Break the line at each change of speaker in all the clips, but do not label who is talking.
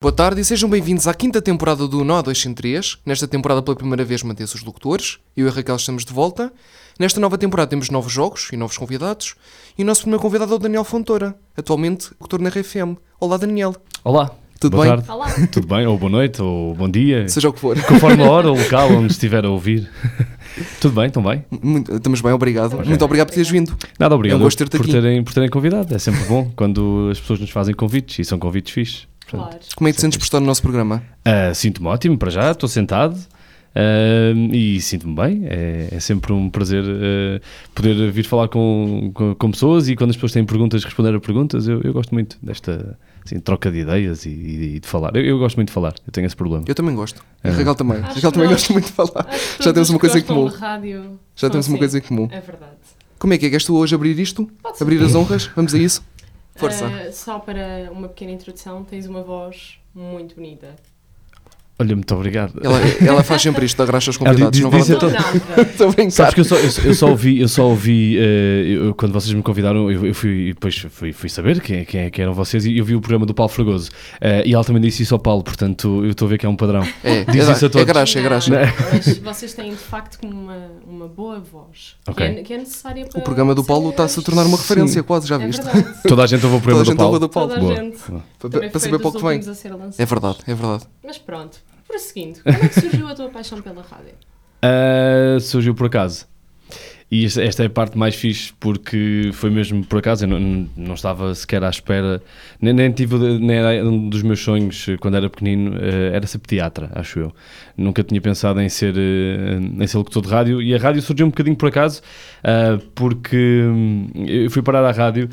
Boa tarde e sejam bem-vindos à quinta temporada do Nó 203. Nesta temporada, pela primeira vez, mantém-se os locutores. Eu e a Raquel estamos de volta. Nesta nova temporada temos novos jogos e novos convidados. E o nosso primeiro convidado é o Daniel Fontoura, atualmente locutor na RFM. Olá, Daniel.
Olá,
Tudo
boa
bem?
tarde.
Olá.
Tudo bem? Ou boa noite, ou bom dia,
Seja o que for.
conforme a hora, o local onde estiver a ouvir. Tudo bem, estão bem?
Muito- estamos bem, obrigado. Muito obrigado por teres vindo.
Nada, obrigado
É um gosto ter-te
por,
aqui.
terem, por terem convidado. É sempre bom quando as pessoas nos fazem convites e são convites fixes. Portanto,
Claro.
Como é que te sentes por estar no nosso programa?
ah, sinto-me ótimo para já, estou sentado ah, e sinto-me bem. É, é sempre um prazer ah, poder vir falar com, com, com pessoas e quando as pessoas têm perguntas, responder a perguntas. Eu, eu gosto muito desta assim, troca de ideias e, e de falar. Eu, eu gosto muito de falar, eu tenho esse problema.
Eu também gosto. A Raquel também. A
Acho
Raquel também
que
gosta muito de falar.
Acho que
Já
todos
temos
os
uma
que
coisa em
gostam
comum.
de rádio
Já
são
temos uma
assim.
coisa em comum.
É verdade.
Como é que é? Queres tu hoje abrir isto?
Pode ser.
Abrir as honras? Vamos a isso? Força.
Ah, só para uma pequena introdução, tens uma voz muito bonita.
Olha, muito obrigado.
Ela, ela faz sempre isto, agracha os
Ela
convidados.
diz-
não vale a
diz
pena.
então-
nada.
Estou a brincar.
Sabes que eu só, eu, só- eu só ouvi, eu só ouvi eh, eu- quando vocês me convidaram, eu, eu fui, depois fui, fui saber quem, quem, quem eram vocês e eu vi o programa do Paulo Fragoso. Eh, e ela também disse isso ao Paulo, portanto eu estou a ver que é um padrão.
É,
Diz
é,
isso a
é
todos.
graxa, é graxa.
Não.
Mas vocês têm de facto uma, uma boa voz.
Ok.
Que, é, que é necessária para.
O programa do Paulo está-se a tornar uma referência, quase, já
É
viste?
verdade.
Toda a gente ouve
Toda
o
a
programa
gente
do Paulo.
ouve do Paulo.
Toda a
Boa.
gente.
Para,
Também
para
foi
saber
dos
para o que vem.
últimos a ser lançados.
É verdade, é verdade.
Mas pronto, prosseguindo. Como é que surgiu a tua paixão pela rádio?
Ah, surgiu por acaso. E esta, esta é a parte mais fixe porque foi mesmo por acaso. Eu não, não estava sequer à espera, nem, nem tive, nem era um dos meus sonhos eh, quando era pequenino, eh, era ser pediatra, acho eu. Nunca tinha pensado em ser, eh, em ser locutor de rádio e a rádio surgiu um bocadinho por acaso ah, porque hum, eu fui parar à rádio.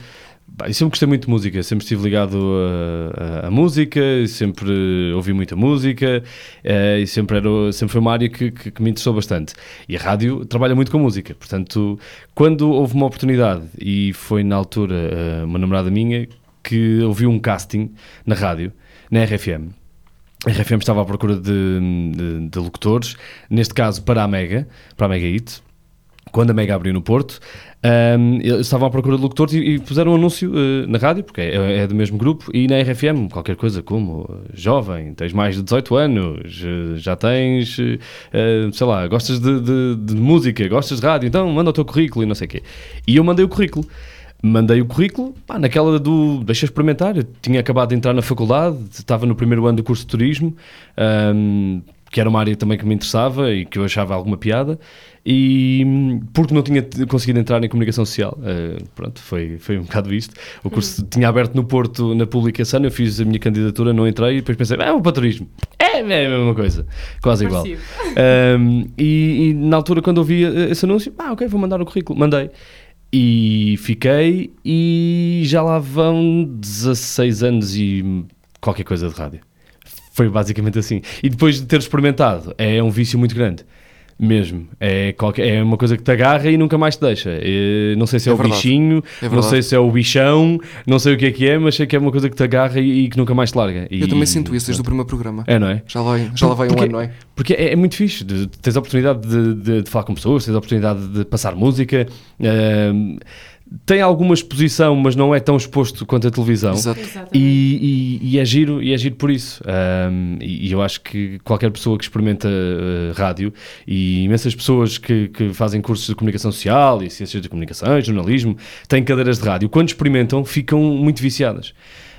Pá, eu sempre gostei muito de música, sempre estive ligado eh, a- a- à música, sempre ouvi muita música eh, e sempre, era, sempre foi uma área que, que- que me interessou bastante. E a rádio trabalha muito com música, portanto, quando houve uma oportunidade, e foi na altura eh, uma namorada minha que ouviu um casting na rádio, na RFM. A RFM estava à procura de, de- de locutores, neste caso para a Mega, para a Mega Hit, quando a Mega abriu no Porto, ahm, eles estavam à procura de locutores e, e puseram um anúncio eh, na rádio, porque é, é do mesmo grupo, e na RFM, qualquer coisa como eh, jovem, tens mais de 18 anos, eh, já tens, eh, eh, sei lá, gostas de, de- de música, gostas de rádio, então manda o teu currículo e não sei o quê. E eu mandei o currículo. Mandei o currículo, pá, naquela do deixa experimentar, eu tinha acabado de entrar na faculdade, estava no primeiro ano do curso de turismo, ahm, que era uma área também que me interessava e que eu achava alguma piada, e hum, porque não tinha t- conseguido entrar em comunicação social, eh, pronto, foi, foi um bocado isto. O curso tinha aberto no Porto, na publicação, eu fiz a minha candidatura, não entrei, e depois pensei, ah, vou para turismo, é, é a mesma coisa, quase igual.
Parecido.
Um, e, e na altura, quando ouvi eh, esse anúncio, ah, ok, vou mandar o currículo. Mandei. E fiquei, e já lá vão 16 anos e qualquer coisa de rádio. Foi basicamente assim. E depois de ter experimentado, é um vício muito grande. Mesmo. É, qualquer, é uma coisa que te agarra e nunca mais te deixa. Eh, não sei se é,
É
o
verdade.
bichinho,
É
não
verdade.
sei se é o bichão, não sei o que é que é, mas sei que é uma coisa que te agarra e, e que nunca mais te larga. E-
Eu também sinto isso desde o primeiro programa.
É, não é?
Já lá, já lá vai um
Porque-
ano, não é?
Porque é, é muito fixe, de- de- tens a oportunidade de, de- de falar com pessoas, tens a oportunidade de passar música, ehm, tem alguma exposição, mas não é tão exposto quanto a televisão.
Exato.
Exatamente.
E, e, e é giro, e é giro por isso. Ahm, e, e eu acho que qualquer pessoa que experimenta eh, rádio e imensas pessoas que, que fazem cursos de comunicação social e ciências de comunicação, e jornalismo, têm cadeiras de rádio. Quando experimentam, ficam muito viciadas.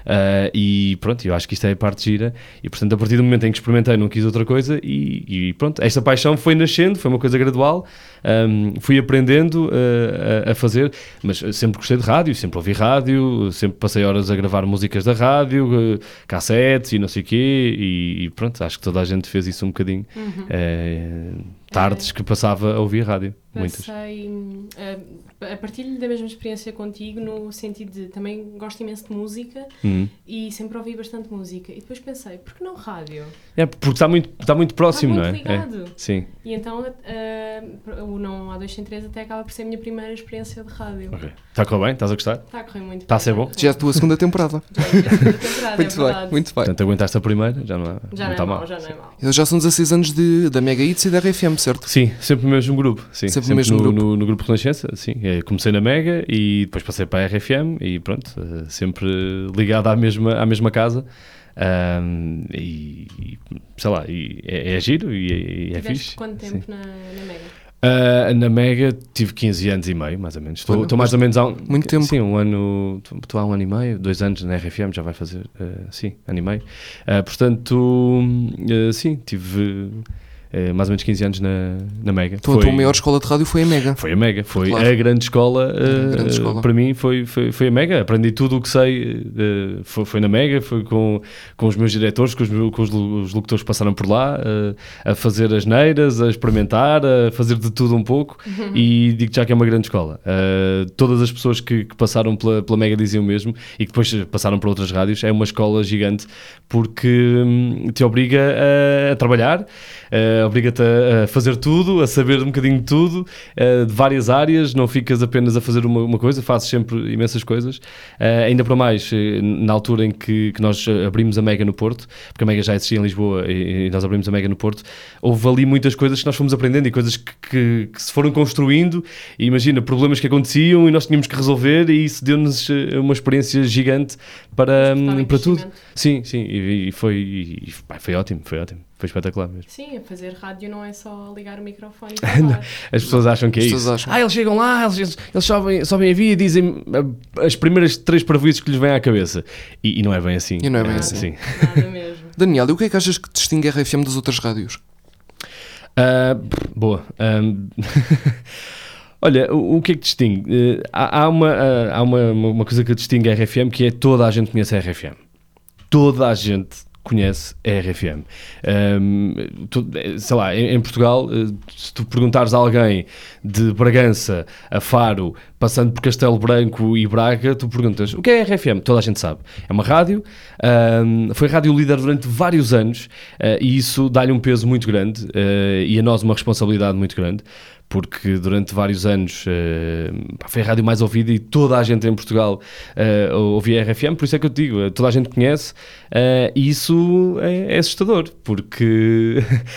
Ah, e pronto, eu acho que isto é a parte gira. E portanto, a partir do momento em que experimentei, não quis outra coisa. E, e pronto, esta paixão foi nascendo, foi uma coisa gradual. Ahm, fui aprendendo ah, a, a fazer, mas sempre gostei de rádio, sempre ouvi rádio, sempre passei horas a gravar músicas da rádio, eh, cassetes e não sei o quê. E, e pronto, acho que toda a gente fez isso um bocadinho.
Uhum.
Eh,
É.
tardes que passava a ouvir rádio, muitas.
Passei, hum, a, a partilho da mesma experiência contigo, no sentido de também gosto imenso de música
Uhum.
e sempre ouvi bastante música. E depois pensei, por que não rádio?
É porque está muito, está muito próximo,
muito
não é?
ligado.
é? Sim.
E então ah, o Não A203 até acaba por ser a minha primeira experiência de rádio.
Ok. Está a correr bem? Estás a gostar?
Está a correr muito
Está a ser bom?
Já é a tua segunda temporada. Muito
muito
bem, muito bem.
Portanto, aguentaste a primeira, já não, é-
é Já não,
está
é
mal.
mal, já não é mal.
Eles já são 16 anos de, da Mega Hits e da RFM, certo?
Sim, sempre o mesmo grupo. Sim,
Sempre
sempre,
sempre no mesmo
no,
grupo.
no- no grupo Renascença, sim. Eh, Comecei na Mega e depois passei para a RFM e pronto, eh, sempre ligado à mesma, à mesma casa. Ahm, e, e, sei lá, e é, é giro e é- e é,
Tiveste
fixe.
quanto
Sim.
tempo na, na Mega?
Ah, na Mega tive 15 anos e meio, mais ou menos. Estou,
Olha,
estou mais ou menos há um,
muito tempo.
Sim, um ano. estou- Estou há um ano e meio, dois anos na RFM, já vai fazer. ah, sim, ano e meio. Ah, portanto, hum, ah, sim, tive ah, mais ou menos 15 anos na, na Mega.
Então a tua maior escola de rádio foi a Mega.
Foi a Mega, foi
Claro.
a grande escola. eh,
grande escola.
Para mim foi, foi, foi a Mega. Aprendi tudo o que sei. eh, foi, foi na Mega, foi com, com os meus diretores, com os, meus- com os lu- os locutores que passaram por lá, eh, a fazer as neiras, a experimentar, a fazer de tudo um pouco. E digo já que é uma grande escola. Eh, todas as pessoas que, que passaram pela, pela Mega diziam o mesmo e que depois passaram por outras rádios. É uma escola gigante porque hum, te obriga a, a trabalhar, eh, obriga-te a, a fazer tudo, a saber um bocadinho de tudo, eh, de várias áreas, não ficas apenas a fazer uma, uma coisa, fazes sempre imensas coisas. Eh, ainda para mais, eh, na altura em que, que nós eh, abrimos a Mega no Porto, porque a Mega já existia em Lisboa e, e nós abrimos a Mega no Porto, houve ali muitas coisas que nós fomos aprendendo e coisas que, que- que se foram construindo. E imagina, problemas que aconteciam e nós tínhamos que resolver, e isso deu-nos eh, uma experiência gigante para, hum,
Total
para tudo.
investimento.
Sim, sim, e, e foi, e- e, pá, foi ótimo, foi ótimo, foi espetacular mesmo.
Sim, fazer rádio não é só ligar o microfone e falar.
As pessoas acham que é
As pessoas
isso.
acham.
Ah, eles chegam lá, eles, eles- eles sobem, sobem a via e dizem ah, as primeiras três parvoíces que lhes vêm à cabeça. E, e não é bem assim.
E não é bem
Ah,
assim.
sim.
Nada mesmo.
Daniel, e o que é que achas que distingue a RFM das outras rádios?
Ah, pff, boa. Ahm, Olha, o, o que é que distingue? Eh, há há uma, ah, há uma, uma uma coisa que distingue a RFM que é toda a gente conhece a RFM. Toda a gente conhece a RFM. Ahm, tu- eh, sei lá, em, em Portugal, eh, se tu perguntares a alguém de Bragança a Faro, passando por Castelo Branco e Braga, tu perguntas o que é a RFM? Toda a gente sabe. É uma rádio, ahm, foi rádio líder durante vários anos eh, e isso dá-lhe um peso muito grande eh, e a nós uma responsabilidade muito grande porque durante vários anos eh, pá, foi a rádio mais ouvida e toda a gente em Portugal eh, ouvia a RFM, por isso é que eu te digo, eh, toda a gente conhece eh, e isso é, é assustador, porque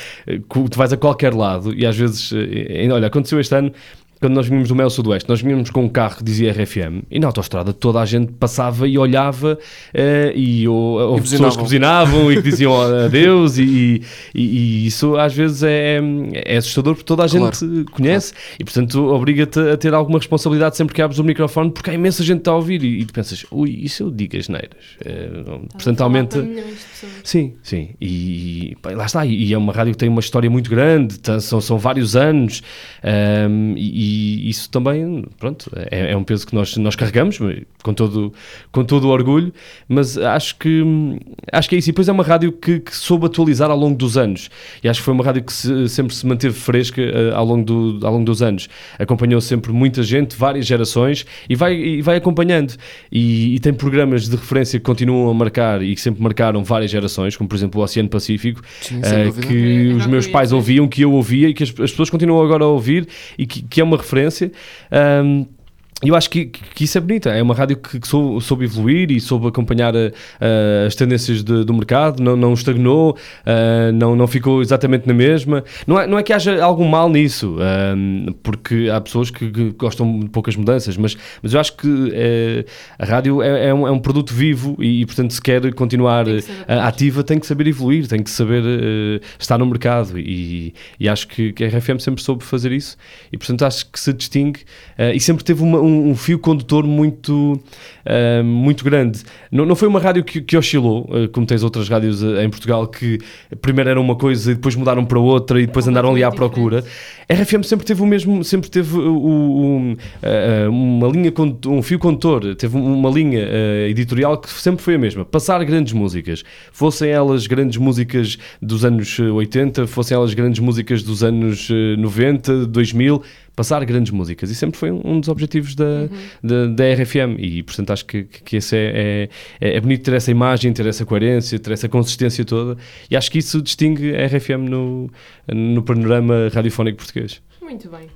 cu- tu vais a qualquer lado e às vezes, eh, eh, olha, aconteceu este ano quando nós vínhamos do Mel Sudoeste, nós vínhamos com um carro que dizia RFM e na autostrada toda a gente passava e olhava eh, e ou, houve pessoas que
buzinavam.
buzinavam e que diziam "Ah, adeus e, e- e isso às vezes é, é assustador porque toda a
Claro.
gente te conhece e, portanto, obriga-te a ter alguma responsabilidade sempre que abres o microfone, porque há imensa gente a ouvir e, e tu pensas, ui, e se eu digo as neiras? Eh, não- portanto, aumenta.
milhões de pessoas.
Sim, sim, e, e, pá, lá está, e é uma rádio que tem uma história muito grande, tá- são, são vários anos, ahm, e, e isso também, pronto, é, é um peso que nós, nós carregamos, mas com todo, com todo o orgulho, mas acho que, hum, acho que é isso, e depois é uma rádio que, que soube atualizar ao longo dos anos, e acho que foi uma rádio que se- sempre se manteve fresca eh, ao, longo do, ao longo dos anos, acompanhou sempre muita gente, várias gerações, e vai, e vai acompanhando, e, e tem programas de referência que continuam a marcar, e que sempre marcaram várias gerações, como por exemplo o Oceano Pacífico,
Sim,
eh,
sem dúvida. É,
que
Era
os
o que
meus
eu ia
pais
dizer.
ouviam, que eu ouvia e que as, as pessoas continuam agora a ouvir e que, que é uma referência. Ahm, eu acho que, que isso é bonito. É uma rádio que, que sou- soube evoluir e soube acompanhar eh, eh, as tendências de- do mercado, não, não estagnou, eh, não, não ficou exatamente na mesma. Não é, não é que haja algum mal nisso, ahm, porque há pessoas que, que gostam de poucas mudanças, mas, mas eu acho que eh, a rádio é, é um, é um produto vivo e, e, portanto, se quer continuar
Tem que se
eh,
adaptar.
ativa, tem que saber evoluir, tem que saber eh, estar no mercado e, e acho que, que a RFM sempre soube fazer isso e portanto acho que se distingue eh, e sempre teve uma- um, um fio condutor muito, eh, muito grande. Não, não foi uma rádio que, que oscilou, eh, como tens outras rádios eh, em Portugal que primeiro era uma coisa e depois mudaram para outra e depois andaram ali à
Completamente
procura. A RFM sempre teve o mesmo, sempre teve o, o- eh, eh, uma linha, condu- um fio condutor, teve um, uma linha eh, editorial que sempre foi a mesma, passar grandes músicas, fossem elas grandes músicas dos anos eh, 80, fossem elas grandes músicas dos anos eh, 90, 2000, passar grandes músicas, e sempre foi um, um dos objetivos da, da, da RFM, e portanto acho que, que que esse é, é, é bonito ter essa imagem, ter essa coerência, ter essa consistência toda, e acho que isso distingue a RFM no, no panorama radiofónico português.
Muito bem.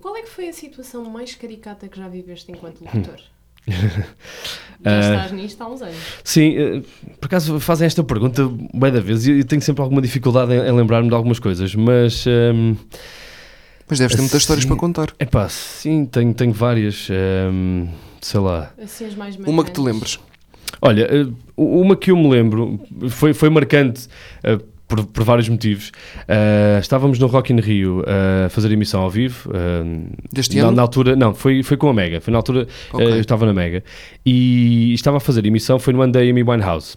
Qual é que foi a situação mais caricata que já viveste enquanto
Hum.
locutor? já
Ah.
estás nisto há uns anos.
Sim, eh, por acaso fazem esta pergunta bem da vez e eu tenho sempre alguma dificuldade em, em lembrar-me de algumas coisas, mas ehm,
Mas deves ter muitas histórias
Assim-
para contar.
É pá, sim, tenho, tenho várias. ehm, sei lá.
Assim as mais
Uma que te
marcantes.
lembres.
Olha, eh, uma que eu me lembro foi, foi marcante eh, por, por vários motivos. Eh, estávamos no Rock in Rio eh, a fazer emissão ao vivo. eh,
Deste
na,
ano?
na altura, não, foi, foi com a Mega. Foi na altura,
Ok.
eh, eu estava na Mega. E estava a fazer emissão, foi no ano da Amy Winehouse.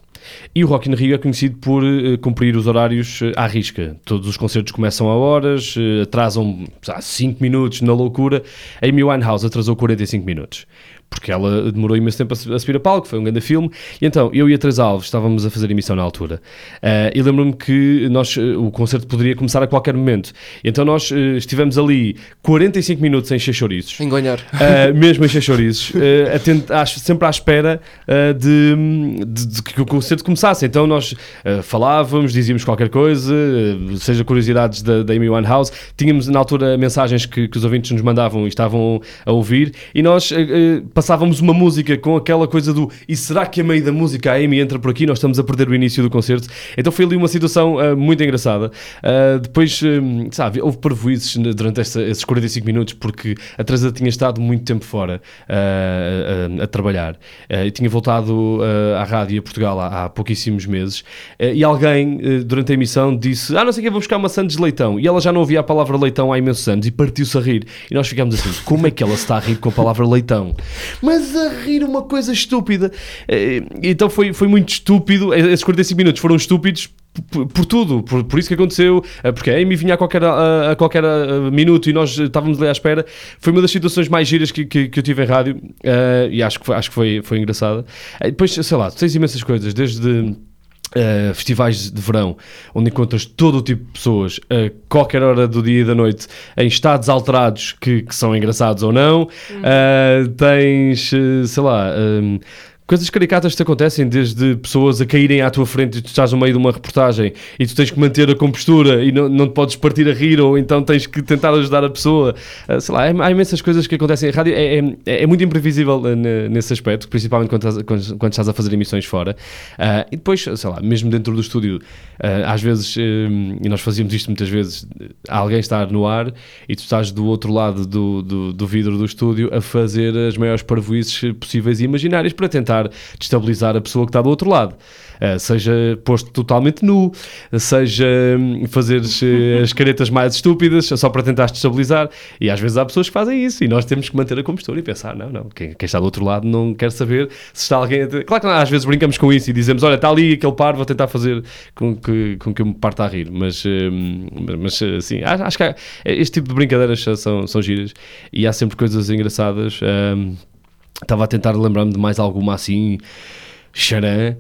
E o Rock in Rio é conhecido por eh, cumprir os horários eh, à risca. Todos os concertos começam a horas, eh, atrasam 5 minutos na loucura. A Amy Winehouse atrasou 45 minutos. Porque ela demorou imenso tempo a su- a subir a palco, foi um grande filme. E então, eu e a Três Alves estávamos a fazer emissão na altura. Eh, e lembro-me que nós, eh, o concerto poderia começar a qualquer momento. Então nós eh, estivemos ali 45 minutos em Chechoriços.
Em ganhar.
Uh, mesmo em chouriços, uh, a tent- às- sempre à espera uh, de, de- de que o concerto começasse. Então nós uh, falávamos, dizíamos qualquer coisa, uh, seja curiosidades da, da Amy Winehouse. Tínhamos na altura mensagens que, que os ouvintes nos mandavam e estavam a ouvir, e nós uh, uh, passávamos uma música com aquela coisa do e será que a meio da música a Amy entra por aqui? Nós estamos a perder o início do concerto. Então foi ali uma situação uh, muito engraçada. Uh, depois, um, sabe, houve parvoízes ne- durante essa- esses 45 minutos porque a Teresa tinha estado muito tempo fora uh, uh, a trabalhar Uh, e tinha voltado uh, à rádio a Portugal há, há pouquíssimos meses. Uh, e alguém, uh, durante a emissão, disse: Ah, não sei o que, vou buscar uma Sandes de leitão. E ela já não ouvia a palavra leitão há imensos anos e partiu-se a rir. E nós ficámos assim: Como é que ela se está a rir com a palavra leitão? Mas a rir uma coisa estúpida. Eh, Então foi, foi muito estúpido. Esses 45 minutos foram estúpidos por, por tudo, por, por isso que aconteceu, eh, porque a Amy vinha a qualquer, a, a qualquer eh, minuto e nós eh, estávamos ali à espera. Foi uma das situações mais giras que, que, que eu tive em rádio eh, e acho que foi, acho que foi, foi engraçada. Eh, Depois, sei lá, tu tens imensas coisas, desde. eh, festivais de verão, onde encontras todo o tipo de pessoas, a qualquer hora do dia e da noite, em estados alterados que, que são engraçados ou não, eh, tens, eh, sei lá, eh, Coisas caricatas que te acontecem, desde pessoas a caírem à tua frente e tu estás no meio de uma reportagem e tu tens que manter a compostura e não, não te podes partir a rir ou então tens que tentar ajudar a pessoa. Ah, sei lá, há, há imensas coisas que acontecem. A rádio é, é, é muito imprevisível ah, ne- nesse aspecto, principalmente quando estás, a- quando, quando estás a fazer emissões fora. Ah, e depois, sei lá, mesmo dentro do estúdio, ah, às vezes, hum, e nós fazíamos isto muitas vezes, eh, há alguém estar no ar e tu estás do outro lado do, do, do vidro do estúdio a fazer as maiores parvoíces possíveis e imaginárias para tentar destabilizar a pessoa que está do outro lado. Ah, seja posto totalmente nu, seja hum, fazeres eh, as caretas mais estúpidas só para tentar destabilizar. E às vezes há pessoas que fazem isso e nós temos que manter a compostura e pensar: não, não, quem, quem está do outro lado não quer saber se está alguém. a ter- Claro que não, às vezes brincamos com isso e dizemos: olha, está ali aquele par, vou tentar fazer com que, com que eu me parta a rir. Mas, hum, mas assim, a- acho que há- este tipo de brincadeiras são, são giras e há sempre coisas engraçadas. hum. Estava a tentar lembrar-me de mais alguma assim, xarã,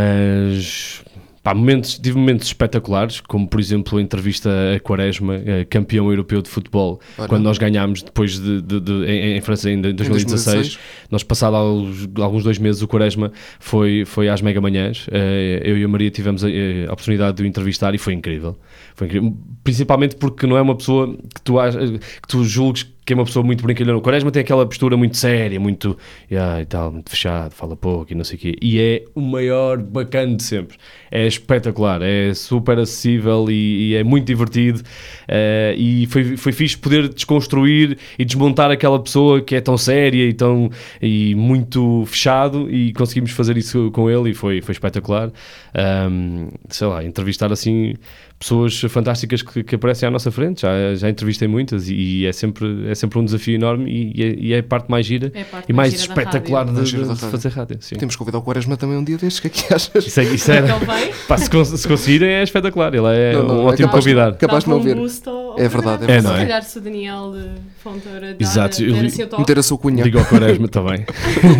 mas. Pá, momentos, tive momentos espetaculares, como por exemplo a entrevista a Quaresma, eh, campeão europeu de futebol,
Olha.
quando nós ganhámos depois de, de- de- em, em França ainda em 2016.
2016.
Nós, passado alguns, alguns dois meses, o Quaresma foi, foi às Mega Manhãs. Eh, eu e a Maria tivemos a, eh, a oportunidade de o entrevistar e foi incrível. Foi incrível. Principalmente porque não é uma pessoa que tu, ach- eh, que tu julgues que é uma pessoa muito brincalhona. O Quaresma tem aquela postura muito séria, muito "Ya, e tal, muito fechado, fala pouco e não sei o quê. E é o maior bacana de sempre. É espetacular, é super acessível e, e é muito divertido. Eh, e foi, foi fixe poder desconstruir e desmontar aquela pessoa que é tão séria e tão e muito fechado e conseguimos fazer isso com ele e foi, foi espetacular. Ahm, sei lá, entrevistar assim pessoas fantásticas que, que aparecem à nossa frente, já, já entrevistei muitas e, é, sempre, é sempre um desafio enorme e, e é, e é a parte mais gira
É a parte
e mais
mais gira da
espetacular de,
rádio.
Mais gira
de-
da
de
rádio.
fazer rádio. Sim.
Temos que convidar o Quaresma também um dia destes. O que é que achas?
Isso é, isso é-
Então vem.
pá, se, cons- se conseguirem é espetacular, ele é
Não, não,
um
é
ótimo
capaz de-
convidado.
Capaz de
Dava
não ver.
Um boost ao- ao
É verdade, é
programa.
verdade. É, não é?
Se calhar se o Daniel de Fontoura dar,
Exato, eu
dar
li-
assim o toque.
Meter a sua cunha.
Digo ao Quaresma também.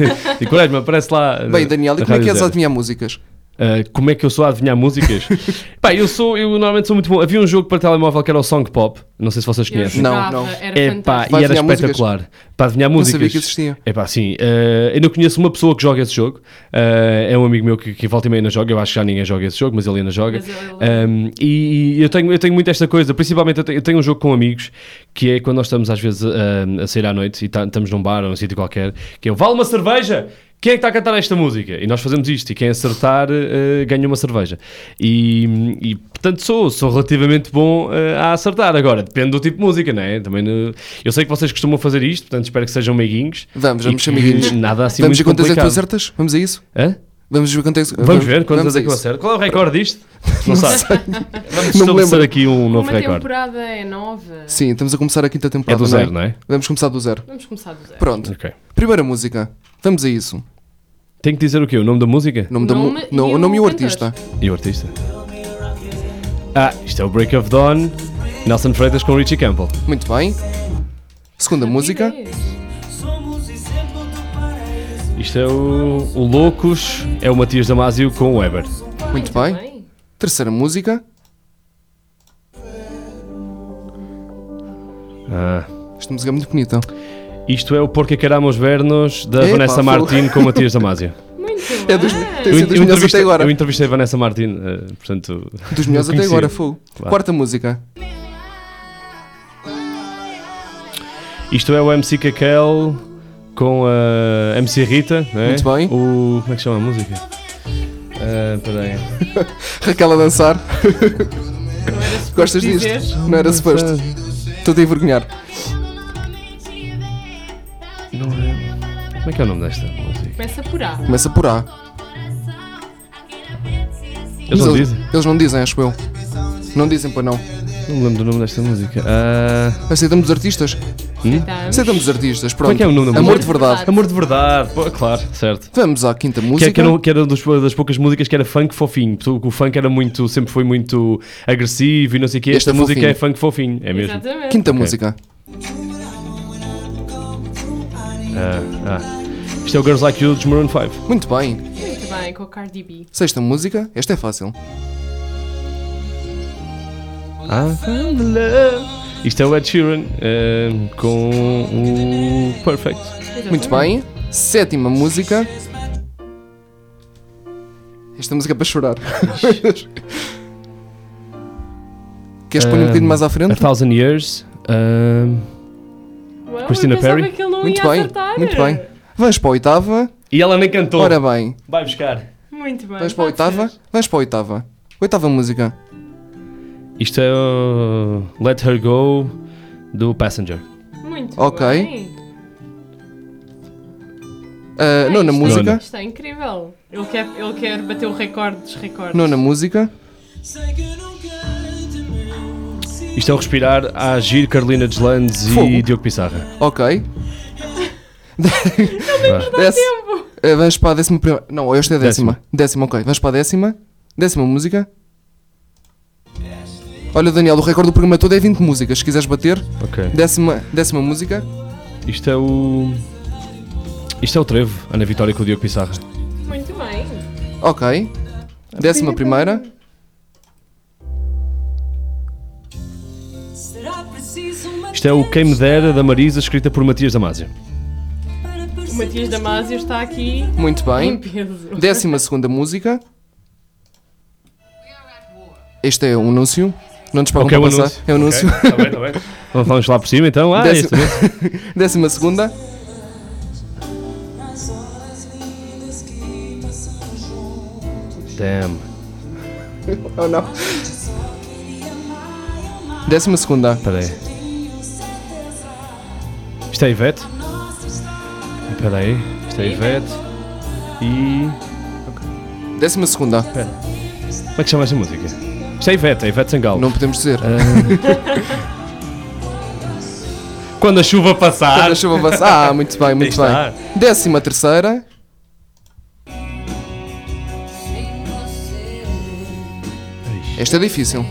e Quaresma, aparece lá.
Bem, Daniel, e
na
como é que
Rádio
és a
Zero.
adivinhar músicas?
Uh, como é que eu sou a adivinhar músicas? Pá, eu sou, eu normalmente sou muito bom. Havia um jogo para telemóvel que era o Song Pop, não sei se vocês
Eu
conhecem.
Não,
jurava,
não.
Era
É
Para
pá, e era
adivinhar músicas?
espetacular. Para adivinhar
Não
músicas.
sabia que existia.
É pá, sim. eh, eu não conheço uma pessoa que joga esse jogo. Eh, é um amigo meu que, que volta e meia ainda joga. Eu acho que já ninguém joga esse jogo, mas ele ainda joga.
Mas ele-
Um, e, e eu, tenho, eu tenho muito esta coisa, principalmente eu tenho, eu tenho um jogo com amigos que eh, é quando nós estamos às vezes a, a sair à noite e tá- estamos num bar ou num sítio qualquer, que é o Vale uma cerveja! Quem é que está a cantar esta música? E nós fazemos isto, e quem acertar eh, ganha uma cerveja. E, e, portanto sou, sou relativamente bom eh, a acertar. Agora, depende do tipo de música, não é? Também, eh, eu sei que vocês costumam fazer isto, portanto espero que sejam meiguinhos.
Vamos,
E
vamos ser
que
amiguinhos.
Nada assim
vamos ver
muito
quantas é que tu
complicado.
acertas? Vamos a isso?
Hã?
Vamos ver quantas é que
Vamos ver quantas
vamos a
é que eu
isso.
acerto. Qual é o recorde disto? Não, sabe. Vamos
Não me
estabelecer
lembro.
aqui um novo
Uma
recorde.
temporada é nova.
Sim, estamos a começar a quinta
É
temporada.
do zero, não é?
Vamos começar do zero.
Vamos começar do zero.
Pronto.
Ok.
Primeira música. Vamos a isso.
Tem que dizer o quê? O nome da música?
Nome, da mu-
Nome e
não, o
o
nome e o
cantor.
artista.
E o artista? Ah, isto é o Break of Dawn, Nelson Freitas com Richie Campbell.
Muito bem. Segunda música.
Rapidez.
Isto é o, o Loucos, é o Matias Damasio com o Weber.
Muito bem. Terceira música.
Ah,
Esta música é muito bonita.
isto é o Porque Caramos Vernos da
Epá,
Vanessa
foi-
Martin com o Matias Damasio.
Muito bem.
É dos, tem sido
eu,
dos melhores até
entrevistei,
agora.
eu entrevistei Vanessa Martin, eh, portanto.
Dos melhores
eu
até
conheci.
agora, fogo.
Claro.
Quarta música.
Isto é o MC Kakel com a MC Rita, não é?
Muito bem.
O, como é que chama a música? Ah, peraí.
Raquel a dançar. Gostas disto?
dizer.
Não era suposto. Estou-te a envergonhar.
Não é. Como é que é o nome desta música?
Começa por A.
Começa por A.
Eles
Mas
não dizem?
eles não dizem, acho eu. Não dizem, pois não.
Não me lembro do nome desta música. Ah,
Aceitamos os artistas?
hum?
Tá.
Aceitamos os artistas, pronto.
Como é que é o nome da
Amor
música?
de verdade.
Amor de Verdade. Pô, claro, certo.
Vamos à quinta
Que,
música.
é- que era, que era dos- das poucas músicas que era funk fofinho. Porque O funk era muito, sempre foi muito agressivo e não sei o quê.
Este
Esta
é
música
fofinho.
é funk fofinho, é mesmo.
Exatamente.
Quinta
Ok.
música.
Ah, ah. Isto é o Girls Like You dos Maroon 5.
Muito bem.
Muito bem, com o Cardi B.
Sexta música. Esta é fácil.
Ah, found love. Isto é o Ed Sheeran ah, com o Perfect.
Muito bem. Sétima música. Esta música é para chorar. Queres pôr um
Ah,
bocadinho mais à
A
frente?
Thousand Years. ah,
Uau,
Christina
eu pensava
Perry.
que ele não
Muito
ia
bem,
acertar.
muito bem. Vamos para a oitava.
e ela nem cantou.
Ora bem,
Vai buscar.
Muito bem. tá
vamos para a
pode
oitava.
ser.
Vamos para a oitava. Oitava música.
Isto é o Let Her Go do Passenger.
Muito
Ok.
bem.
Ah,
Ah,
Eh, nona
isto é-
música.
Isto é incrível. Ele quer, ele quer bater o recorde dos recordes.
Nona música.
Isto é o Respirar, a Agir, Carolina Deslandes
Fogo.
e Diogo Pissarra.
Ok. Desce.
Tempo.
Eh, Vamos para a décima primeira. Não, esta é a décima. décima. ok. Vamos para a décima. Décima música. Olha, Daniel, o recorde do programa todo é 20 músicas. Se quiseres bater,
Ok.
décima, décima música.
Isto é o. Isto é o Trevo, Ana Vitória com o Diogo Pissarra.
Muito bem.
Ok. Décima primeira.
Será preciso uma
Isto é o Quem Me Dera da Marisa, escrita por Matias Damasio.
para
O
perceber
Matias Damasio está aqui
Muito
em
bem.
peso.
Décima segunda música. Este é um anúncio. Não nos pagam
Ok,
para
o
passar.
anúncio.
É um anúncio.
Está bem, está bem. Vamos vamos lá por cima então. Ah,
Décimo-
este mesmo.
Décima segunda.
as horas lindas que passamos juntos.
Damn.
Oh, não. Décima segunda.
Espera aí.
Tenho certeza,
Isto é a Ivete.
nossa está
Espera aí. Isto é a Ivete. E.
Décima segunda.
Como é que chama esta música? Isto é a Ivete, é a Ivete Sangalo.
Não podemos dizer.
Ah. Quando a chuva passar.
Quando a chuva passar. Ah, muito bem, muito
Aí está.
bem. Décima terceira.
em você.
Esta é difícil.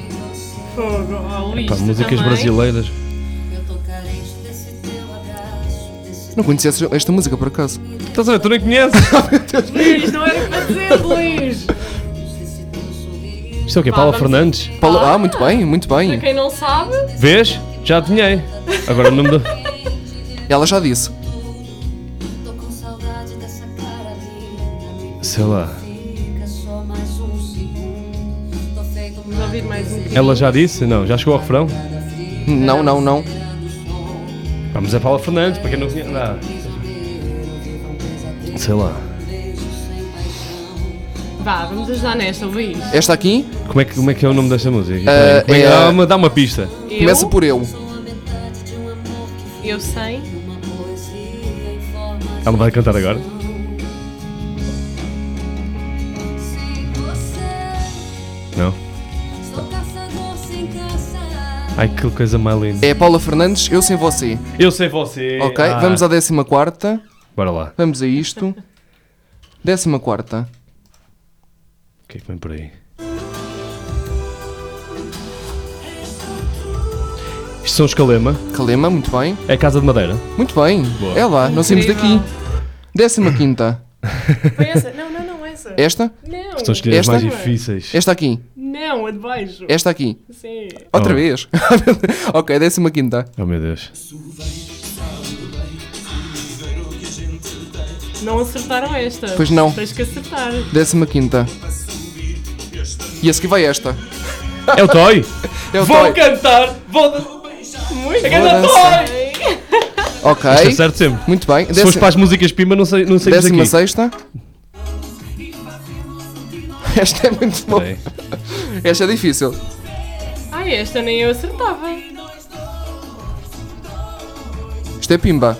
Fogo, ó, Luís,
Pá,
tu
músicas
também.
brasileiras.
Eu tô carente desse teu abraço, desse
Não conhecia esta música por acaso.
Estás a ver? Tu nem conheces?
Luís, não era para dizer, Luís.
Isto é o quê?
Pá,
Paula
vamos-
Fernandes?
Paulo- Ah, muito bem, muito
Para
bem.
quem não sabe,
Vês? Já adivinhei. Agora o nome da.
Ela já disse.
tô com saudade dessa cara linda.
Sei lá.
Fica só mais um segundo. Tô feito
vamos ouvir mais um bocadinho.
Ela já disse? Não, já chegou ao refrão?
Não, não, não.
é Vamos a Paula Fernandes, para quem não conhece. Não. Ah. Sei lá.
um. Vá, vamos ajudar nesta, Luís.
Esta aqui
Como é que, como é, que é o nome desta música?
Ah,
Como é que-
é-
dá, uma, dá uma pista.
Eu,
começa por eu.
um
Eu sei.
Ela não vai cantar agora. Não. Ai, que coisa mais linda.
É Paula Fernandes, eu sem você.
Eu sei você.
Ok,
Ah,
vamos à décima quarta.
Bora lá.
Vamos a isto. Décima quarta.
O que é que vem por aí? Isto são Escalema.
Calema, muito bem.
É Casa de Madeira.
Muito bem.
Boa.
É lá, nós saímos daqui.
Incrível.
Décima quinta.
Foi essa? Não, não, não, essa.
Esta?
Não.
São as escolhas
Esta? é.
mais difíceis.
Esta aqui.
Não, a de baixo.
Esta aqui.
Sim.
Outra
Oh.
vez. ok, décima quinta.
Oh meu Deus.
Não acertaram esta.
Pois não.
Tens que acertar.
Décima quinta. E a seguir vai esta.
É o Toy!
É o
Vou
Toy.
cantar! Vou. Muito
Vou dançar.
Toy!
Ok.
Isto é certo sempre.
Muito bem.
Se fosse
Décima,
para as músicas Pima, não sei, não sei
décima
aqui.
sexta. Esta é muito boa.
Peraí.
Esta é difícil.
Ai, esta nem eu acertava.
Isto é pimba.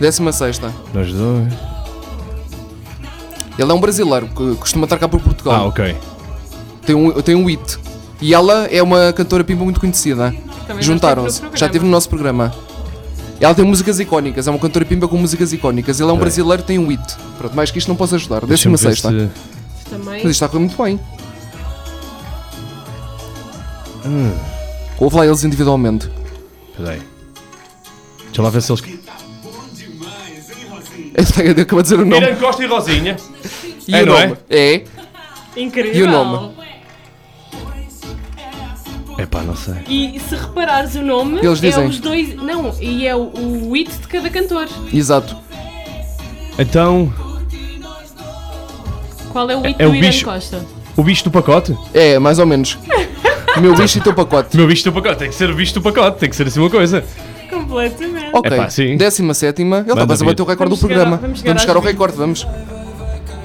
Décima sexta.
Nós dois.
Ele é um brasileiro que costuma estar cá por
Ah,
Portugal.
ok.
Tem um, tem um hit. E ela é uma cantora pimba muito conhecida.
Também
Juntaram-se.
não
Já
teve
esteve no nosso programa. Ela tem músicas icónicas, é uma cantora pimba com músicas icónicas. Ele é um
Ok.
brasileiro, tem um hit. Pronto, mais que isto não posso ajudar.
Deixa-me
Décima
ver
sexta. Mas
se-
programa. Também.
isto está a correr muito bem.
Hum.
Ouve lá eles individualmente.
Peraí. Deixa lá ver se eles. Então-
Eu acabo de dizer o nome.
Costa e Rosinha.
E
É,
o
não é?
nome. É?
Incrível.
E o nome?
É pá, não sei.
E se reparares o nome,
Eles dizem.
é os dois. Não, e é o, o hit de cada cantor.
Exato.
Então,
Qual é o hit
é
do
o
Irene
bicho.
Costa?
o bicho do pacote?
É, mais ou menos. Meu bicho e teu pacote.
Meu bicho do pacote, tem que ser o bicho do pacote, tem que ser assim uma coisa.
Completamente.
Ok,
Epá, sim.
décima sétima. Ele está
Manda
quase a
vir.
bater o recorde
Vamos
do
chegar
programa.
ao-
vamos chegar,
vamos chegar
ao
aos vinte.
recorde, vamos.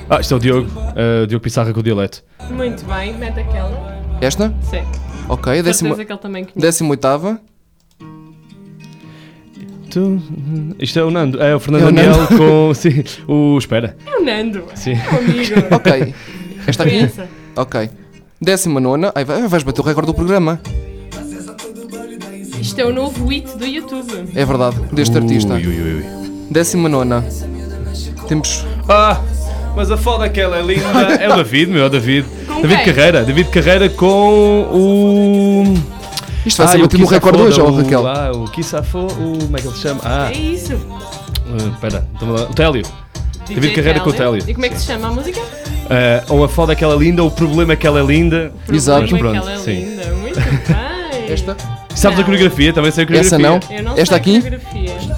Ah, isto é o Diogo. ah, Diogo Pissarra com o Dialeto.
Oh.
Muito bem, mete aquela.
Esta?
Sim.
Ok, décima,
Certeza que ele também conhece.
décima oitava.
Tu... Isto é o Nando. É o Fernando
É o
Daniel
Nando.
com. Sim, o. Espera.
É o Nando.
Sim.
É um amigo.
Ok. Esta Tá aqui?
Pensa.
Ok. Décima nona. Ai, vai- vais bater o recorde do programa.
Isto é o novo hit do YouTube.
É verdade, deste artista.
Ui, ui, ui, ui.
Décima nona. Temos.
Ah, mas a foda que ela é linda. é o David, meu, é o David.
Com
David
quem?
Carreira. David Carreira com o.
Isto vai
Ah,
ser
o
batido no
Kiss
recorde hoje,
Afoda,
ó,
o-
Raquel.
Ah, o Kissafo, o. Como é que ele se chama? Ah,
É isso.
ah, espera. então, O Télio.
DJ
David Carreira com o Télio.
E como é que se chama a música?
Ah, ou a foda que ela é linda, ou o problema é que ela é linda.
Exato.
Como é que
Pronto,
ela é
sim.
linda. Muito bem.
Esta?
Sabes a
Não.
coreografia? Também sei a coreografia.
Essa não?
Eu não
Esta
sei
aqui?
a coreografia.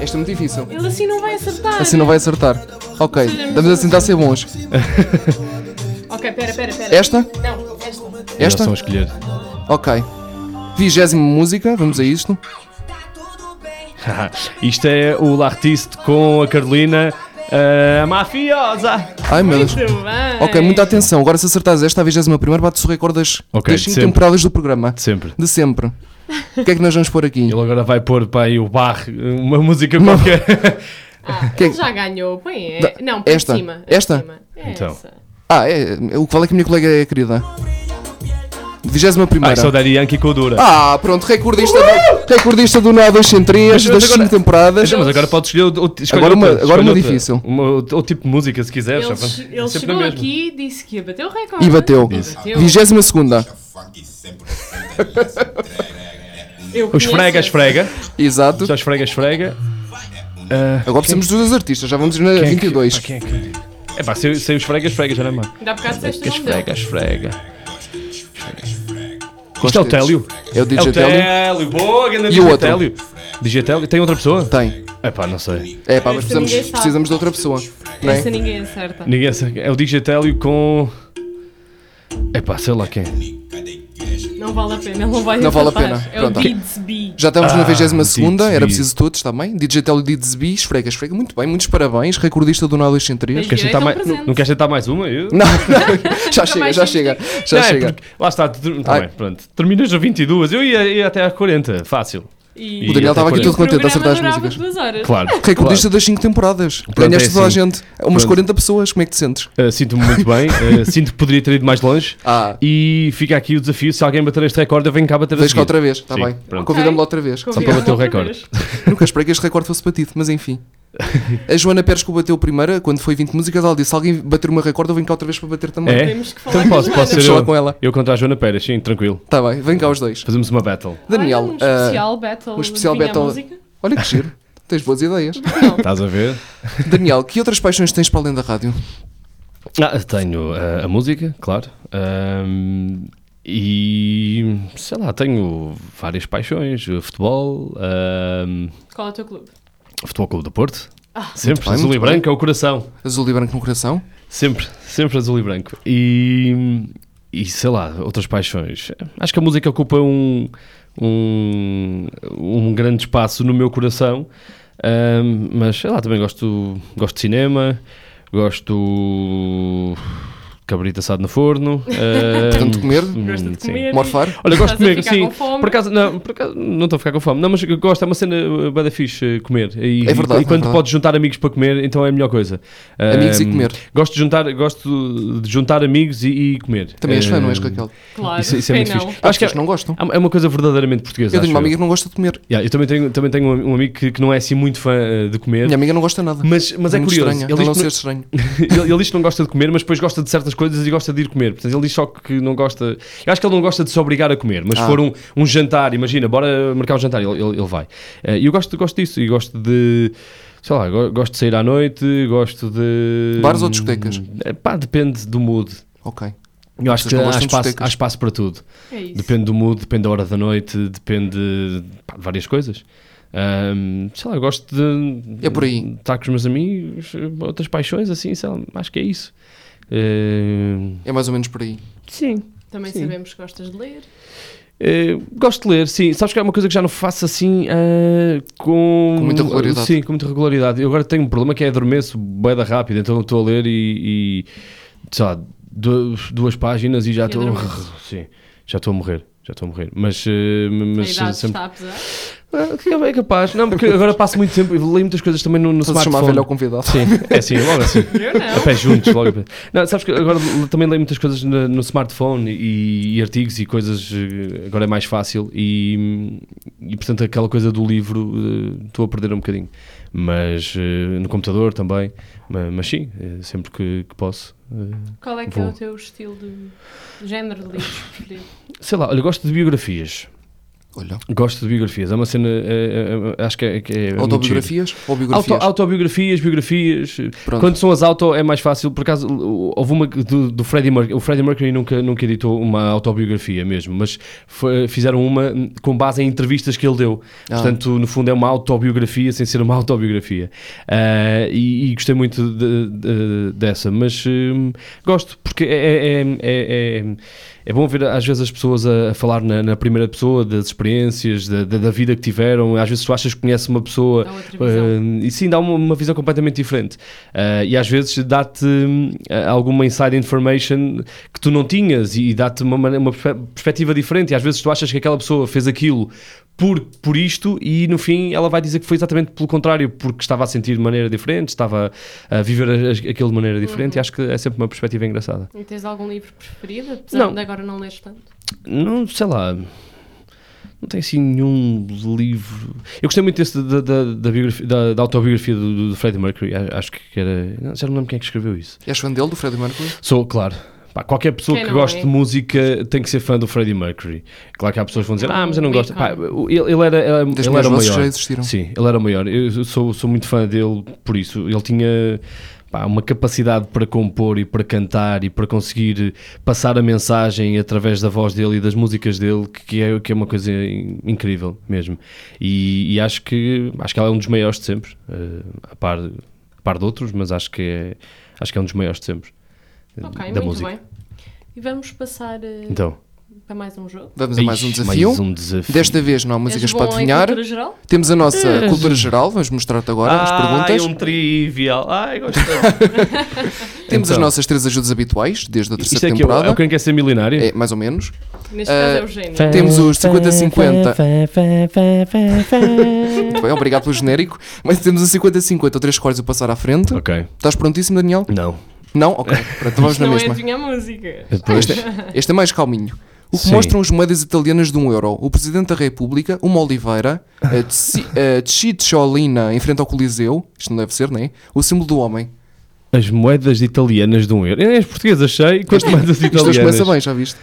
Esta é muito difícil.
Ele assim não vai acertar.
Assim não vai acertar. Ok, estamos assim, tá a tentar ser bons.
Ok, pera, pera, pera.
Esta?
Não, esta.
Eles
Esta?
são a escolher.
Ok. Vigésima música, vamos a isto.
tá
Haha, Isto é o L'artiste com a Carolina, ah, a mafiosa.
Ai meu Deus.
Muito bem.
Ok, muita atenção. Agora se acertares esta, a 21 primeira, bates o recorde das
Ok,
5
sempre.
temporadas do programa.
Sempre.
De sempre. O que é que nós vamos pôr aqui?
Ele agora vai pôr para aí o bar, uma música qualquer.
Ah,
Que-
ele já ganhou. Põe
Da-
é. Não, põe
esta?
de cima.
Esta?
De cima.
Então.
Essa.
Ah, é, o que vale é que a minha colega é querida. 21
Ai, só
primeira.
Daddy Yankee com Ah, é o Dura.
Ah, pronto, recordista do, recordista do NOA 203
Mas- mas
das 5
agora-
temporadas.
Mas agora podes escolher, outro- outro- escolher
Agora uma-
outra,
agora uma
escolhe outra.
difícil.
Uma- outro outro tipo de música, se quiseres.
Ele,
sabe?
che- ele
Sempre
chegou
na mesma.
aqui e disse que ia bater o recorde.
E bateu.
bateu.
22 segunda.
Eu
O esfrega,
conheço.
esfrega.
Exato.
Só esfrega, esfrega. Ah,
Agora precisamos dos artistas, já vamos na
quem é que-
22.
ah, quem é que- É pá, sem sem o esfrega, esfrega, já não é má.
Ainda há bocado disseste o nome dele.
Esfrega, esfrega. Isto é o Télio.
É o
É
DJ
o
Télio?
Télio, boa, grande
E o
DJ
outro?
Télio. DJ Télio, tem outra pessoa?
Tem.
É pá, não sei.
É pá, mas
Essa
precisamos,
ninguém sabe.
precisamos de outra pessoa. Não
Essa
é?
ninguém acerta.
Ninguém sabe. É o DJ Télio com. É pá, sei lá quem.
Não vale a pena, ele não vai
Não vale a
capaz.
pena,
É o
pronto.
Deeds B.
Já estamos na
Ah,
22
Didsby.
era preciso todos, está bem? DJ Telly Didsby, esfrega, esfrega. Muito bem, muitos parabéns, recordista do Nado 203.
Mas-
Queres tentar
Direito ao
mais,
presente.
não, não queres tentar mais uma? Eu?
Não, não, já chega,
mais
já
temos
chega, já
Não, é
chega.
porque- lá está, tu- tá
Ai.
bem, pronto. Terminas a 22, eu ia, ia até às 40, fácil.
E...
O Daniel estava aqui
até
todo contente a acertar as músicas.
duas horas.
é Claro.
Recordista das 5 temporadas.
Pronto,
Ganhaste
é
toda a
assim.
gente. Umas
Pronto.
40 pessoas, como é que te sentes?
claro. Uh, Sinto-me muito bem, uh, sinto que poderia ter ido mais longe.
Ah,
E fica aqui o desafio: se alguém bater este recorde, eu venho cá bater a
vês cá
seguir.
outra vez, está
Sim,
bem?
pronto.
Convida-me
Ok.
lá outra vez.
Só para bater o
Convidado outra
recorde.
vez.
Nunca esperei que este recorde fosse batido, mas enfim. A Joana Pérez que o bateu primeira, quando foi 20 músicas, ela disse: se alguém bater uma recorde, eu venho cá outra vez para bater também.
É?
Temos que falar
Então
com a
posso, posso
Joana.
ser
Falar
eu.
com ela.
Eu contra a Joana Pérez, sim, tranquilo.
Está bem, vem cá os dois.
Fazemos uma battle.
Daniel,
Olha, um
ah,
especial battle.
um especial
adivinha a
battle-
música?
olha que giro. Tens boas ideias.
Não.
Estás a ver?
Daniel, que outras paixões tens para além da rádio?
Ah, tenho eh, a música, claro. Ahm, e sei lá, tenho várias paixões: eh, futebol, ahm,
Qual é o teu clube?
futebol Clube do Porto. sempre
Muito bem,
azul e
muito
branco é o coração.
Azul e branco no coração?
Sempre, sempre azul e branco. E, e sei lá, outras paixões. Acho que a música ocupa um, um, um grande espaço no meu coração, Ahm, mas sei lá, também gosto, gosto de cinema, gosto de cabrito assado no forno. ahm,
Tanto comer?
Gosta de comer? e-
Morfar?
Olha, gosto de
Estás a
comer,
ficar
sim.
com fome?
Por acaso, não, por acaso, não estou a ficar com fome. Não, mas eu gosto, é uma cena eh, bué da fixe eh, comer. E,
É verdade, é
e quando
verdade.
podes juntar amigos para comer, então é a melhor coisa.
Amigos e
Ahm,
comer.
Gosto de juntar, gosto de juntar amigos e, e comer.
Também és fã, não és,
Ahm,
Raquel?
Claro.
Isso, isso é
quem
muito
não?
fixe.
Há
Acho que é,
pessoas que não gostam.
é uma coisa verdadeiramente portuguesa.
Eu tenho
acho
uma amiga que não gosta de comer.
Yeah, eu também tenho, também tenho um- um amigo que, que não é assim muito fã eh, de comer.
Minha amiga não gosta nada.
Mas, mas é
Muito
curioso,
estranha.
ele
Ela não
diz, que
ser
não-
estranho.
ele, ele diz que não gosta de comer, mas depois gosta de certas coisas e gosta de ir comer. Portanto, ele diz só que não gosta. Eu acho que ele não gosta de se obrigar a comer, mas
Ah.
se for um, um jantar, imagina, bora marcar um jantar, ele, ele, ele vai. Eh, E eu gosto, gosto disso e gosto de. Sei lá, go- gosto de sair à noite, gosto de.
Bares ou discotecas?
Eh, Pá, depende do mood.
Ok.
Eu acho
Vocês
que
não
há
gostam de
espaço,
discotecas?
há espaço para tudo.
É isso.
Depende do mood, depende da hora da noite, depende pá, de várias coisas. Ahm, sei lá, eu gosto de
É por aí.
estar com os meus amigos, outras paixões, assim, sei lá, acho que é isso. Ahm,
É mais ou menos por aí.
sim.
Também
Sim.
sabemos que gostas de ler.
Eh, gosto de ler, sim. Sabes que é uma coisa que já não faço assim ah, com...
Com muita regularidade.
Sim, com muita regularidade. Eu agora tenho um problema que é adormeço boeda rápida, então eu estou a ler e, e sei lá, du- duas páginas e já
E
estou...
adormeces.
Sim, já estou a morrer. Já estou a morrer, mas, eh, mas
a idade
sempre-
está a pesar.
Ah, que é capaz. Não, porque agora passo muito tempo e leio muitas coisas também no, no
Estás a chamar
smartphone.
velho ao convidado.
Sim, é assim, logo assim.
Eu
A
não.
pé juntos, logo a pé. Não, sabes que agora l- também leio muitas coisas na- no smartphone e, e artigos e coisas. eh, Agora é mais fácil e, e portanto aquela coisa do livro eh, estou a perder um bocadinho. Mas eh, no computador também. Ma- Mas, sim, eh, sempre que, que posso. eh,
Qual é que é
Vou.
o teu estilo de género de livros preferido?
Sei lá, olha, gosto de biografias.
Olha.
Gosto de biografias. É uma cena. eh, eh, acho que é. Que é muito giro.
Autobiografias? Ou
Auto-
biografias?
autobiografias, biografias.
Pronto.
Quando são as auto é mais fácil. Por acaso, houve uma que- do, do Freddie Mercury. O Freddie Mercury nunca, nunca editou uma autobiografia mesmo, mas foi- fizeram uma com base em entrevistas que ele deu.
Ah.
Portanto, no fundo, é uma autobiografia sem ser uma autobiografia. Ah, e, e gostei muito de- de- dessa, mas hum, gosto porque é. é- é- é- é bom ver às vezes as pessoas a, a falar na, na primeira pessoa das experiências, da, da- da vida que tiveram. Às vezes tu achas que conhece uma pessoa
Dá outra visão.
Hum, e sim, dá uma, uma visão completamente diferente. Ah, e às vezes dá-te hum, alguma inside information que tu não tinhas e dá-te uma, mane- uma perspe- perspectiva diferente. E às vezes tu achas que aquela pessoa fez aquilo por, por isto e no fim ela vai dizer que foi exatamente pelo contrário, porque estava a sentir de maneira diferente, estava a viver as- aquilo de maneira diferente. E
Uhum.
acho que é sempre uma perspectiva engraçada.
E tens algum livro preferido? Apesar
Não.
de agora não leres tanto.
Não, sei lá. Não tem assim nenhum livro. Eu gostei muito desse da, da, da, biografia- da- da autobiografia do, do Freddie Mercury. A- Acho que era. não, já não me lembro quem é que escreveu isso.
És fã dele, do Freddie Mercury?
Sou, claro. Pá, qualquer pessoa
Quem
que
não
goste
é?
de música tem que ser fã do Freddie Mercury. Claro que há pessoas que vão dizer, ah, mas eu não
Um
gosto. Pá,
ícone.
o- ele, ele era, era-
Das
ele
minhas
era o
vozes
maior.
já existiram.
Sim, ele era o maior. Eu sou, sou muito fã dele por isso. Ele tinha pá, uma capacidade para compor e para cantar e para conseguir passar a mensagem através da voz dele e das músicas dele, que, que é, que é uma coisa in- incrível mesmo. E, e acho que acho que ele é um dos maiores de sempre, eh, a, par, a par de outros, mas acho que é, acho que é um dos maiores de sempre. eh,
Ok,
da
muito
música.
bem. E vamos passar eh,
Então,
para mais um jogo.
Vamos a mais um
Ixi,
desafio.
Mais um desafio.
Desta vez não há músicas
És bom
para
em
adivinhar.
cultura geral?
Temos a nossa
És.
cultura geral, vamos mostrar-te agora as
Ai,
perguntas.
um trivial. Ai, gosto.
Temos as
Então.
nossas três ajudas habituais, desde a
Isto
terceira
é que é o-
temporada.
é o quem quer ser milionário?
É, mais ou menos.
Neste caso
Eh,
é o gênio.
Temos os 50-50. Muito bem, obrigado pelo genérico. Mas temos o 50-50, ou três cores a passar à frente.
Ok.
Estás prontíssimo, Daniel?
Não.
Não? Ok, pronto, vamos na
Não é
mesma.
adivinhar música.
Depois.
Este, este é mais calminho. O que
Sim.
mostram as moedas italianas de um euro? O Presidente da República, uma Oliveira, eh, a, Tsi- a Cicciolina em frente ao Coliseu, isto não deve ser, nem O símbolo do homem.
As moedas italianas de um euro. Eu nem as portuguesas achei. Quanto mais as
Isto hoje
italianas?
começa bem, já viste?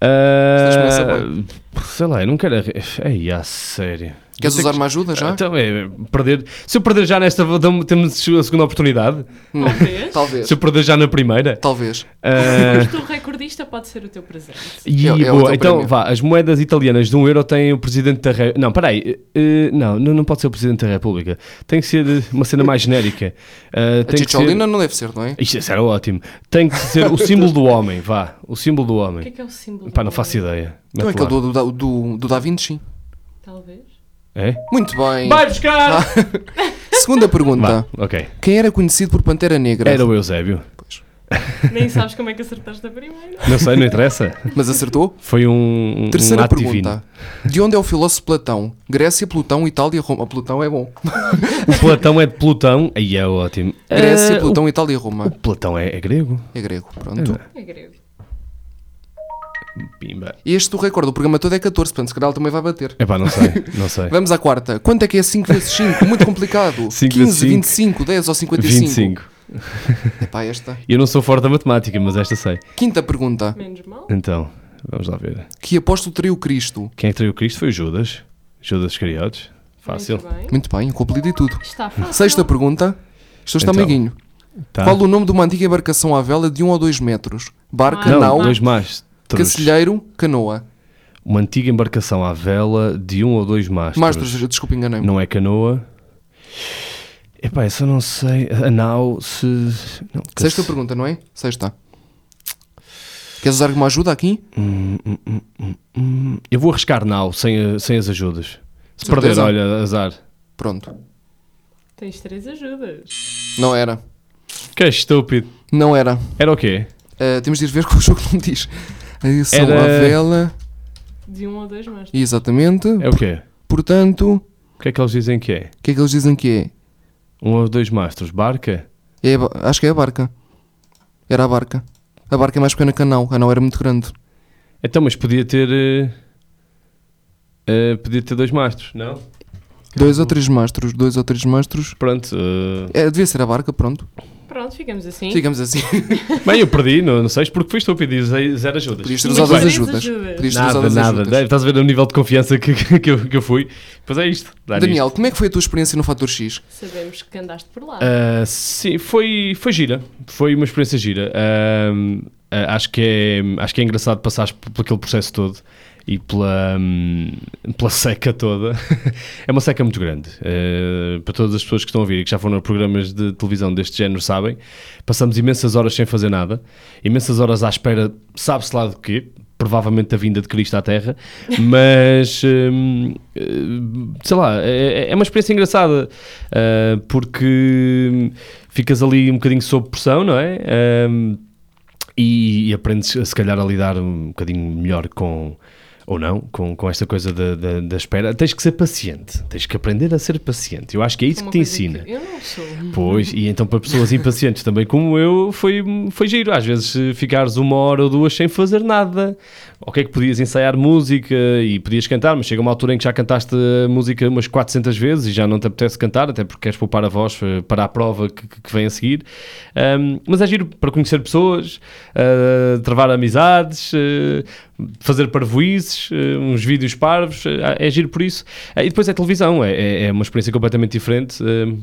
Ah,
Isto hoje começa
sei lá, eu não quero. arri- Ei, a sério.
Queres
Vou ter
usar
que-
uma ajuda já?
Então é, perder. Se eu perder já nesta, dão-me- temos a segunda oportunidade.
Talvez.
Talvez.
Se eu perder já na primeira.
Talvez.
Ah,
Mas tu, recordista, pode ser o teu presente.
E,
É- é o
boa,
teu
então
prémio.
vá, as moedas italianas de um euro têm o Presidente da República. Não, peraí, eh, não, não, não pode ser o Presidente da República. Tem que ser eh, uma cena mais genérica. Eh,
A
tem que ser...
Cicciolina não deve ser, não é?
Isto isso era ótimo. Tem que ser o símbolo do homem, vá, o símbolo do
O que é
homem.
que é o símbolo?
Pá, não
do
faço
homem?
ideia.
Então é
Mete
aquele do,
lá.
do, do, do Da Vinci.
Talvez.
É?
Muito bem.
Vai buscar!
Segunda pergunta.
Vá, ok.
Quem era conhecido por Pantera Negra?
Era o Eusébio.
Nem sabes como é que acertaste a primeira.
Não sei, não interessa.
Mas acertou?
Foi um, um
Terceira
ato divino.
pergunta. De onde é o filósofo Platão? Grécia, Plutão, Itália, Roma. Plutão é bom.
O Platão é de Plutão. Aí é ótimo.
Grécia,
Eh,
Plutão, Itália,
O, o
Roma.
Platão é, é grego.
É grego, pronto.
É grego.
Pimba.
Este, o recorde do programa todo é 14, portanto, se calhar ele também vai bater.
Epá, não sei, não sei.
Vamos à quarta. Quanto é que é 5 vezes 5? Muito complicado.
Cinco
15,
vezes cinco.
25, 10 ou 55?
25.
Epá, esta.
Eu não sou forte da matemática, mas esta sei.
Quinta pergunta.
Menos mal.
Então, vamos lá ver.
Que apóstolo traiu Cristo?
Quem é traiu Cristo foi o Judas. Judas Iscariotes. Fácil.
Muito bem.
Muito bem, cumprido e tudo.
Está fácil.
Sexta pergunta. Isto está
Então,
amiguinho.
Tá.
Qual o nome de uma antiga embarcação à vela de 1 ou 2 metros? Barca,
Não,
nau,
dois mastros.
cacilheiro, canoa.
Uma antiga embarcação à vela de um ou dois mastros.
Mastros, desculpa, enganei-me.
Não é canoa. Epá, isso eu não sei. A nau se... Não, que
Sexta
se-
pergunta, não é? Sexta. Queres usar alguma ajuda aqui?
Hum, hum, hum, hum, hum. Eu vou arriscar nau sem, eh, sem as ajudas. Se
Certeza?
perder, olha, azar.
Pronto.
Tens três ajudas.
Não era.
Que estúpido.
Não era.
Era o quê?
Ah, temos de ir ver com o jogo não diz. Ah, São
Era-
a vela.
De um ou dois mais.
Exatamente.
É o quê?
Portanto,
O que é que eles dizem que é?
o que é que eles dizem que
Um ou dois mastros, barca?
é? é a ba- acho que é a barca. Era a barca. A barca é mais pequena que a nau. A nau era muito grande.
Então, mas podia ter. eh, eh, podia ter dois mastros, não?
Dois ou três mastros. Dois ou três mastros.
Pronto. eh,
É, devia ser a barca, pronto.
Pronto, ficamos assim.
Digamos assim.
Bem, eu perdi, não, não sei, porque foi estúpido e usei zero ajudas.
Podias ter
Mas
usado as
três
ajudas.
ajudas.
Podias ter usado
Nada,
as
nada.
ajudas.
Deve- Estás a ver o nível de confiança que, que, que eu, que eu fui? Pois é isto. dá nisto.
Daniel, como é que foi a tua experiência no Fator X?
Sabemos que andaste por lá.
Ah, sim, foi, foi gira. Foi uma experiência gira. Ahm, ah, acho, que é, acho que é engraçado passares por, por aquele processo todo e pela, hum, pela seca toda. é uma seca muito grande. Ah, para todas as pessoas que estão a ouvir e que já foram a programas de televisão deste género sabem, passamos imensas horas sem fazer nada, imensas horas à espera, sabe-se lá do quê? Provavelmente da vinda de Cristo à Terra, mas hum, eh, sei lá, é, é uma experiência engraçada ah, porque hum, ficas ali um bocadinho sob pressão, não é? Ahm, e, e aprendes a, se calhar a lidar um bocadinho melhor com ou não, com, com esta coisa da, da, da espera. Tens que ser paciente, tens que aprender a ser paciente. Eu acho que é isso
Uma
que te
coisa
ensina.
Eu não sou.
Pois, e então para pessoas impacientes também como eu, foi, foi giro. Às vezes eh, ficares uma hora ou duas sem fazer nada. Ok, que podias ensaiar música e podias cantar, mas chega uma altura em que já cantaste a música umas 400 vezes e já não te apetece cantar, até porque queres poupar a voz eh, para a prova que, que- que vem a seguir. Ahm, mas é giro para conhecer pessoas, ah, travar amizades, eh, fazer parvoízes, eh, uns vídeos parvos. eh, é giro por isso. Ah, e depois é televisão, é, é- é uma experiência completamente diferente. eh,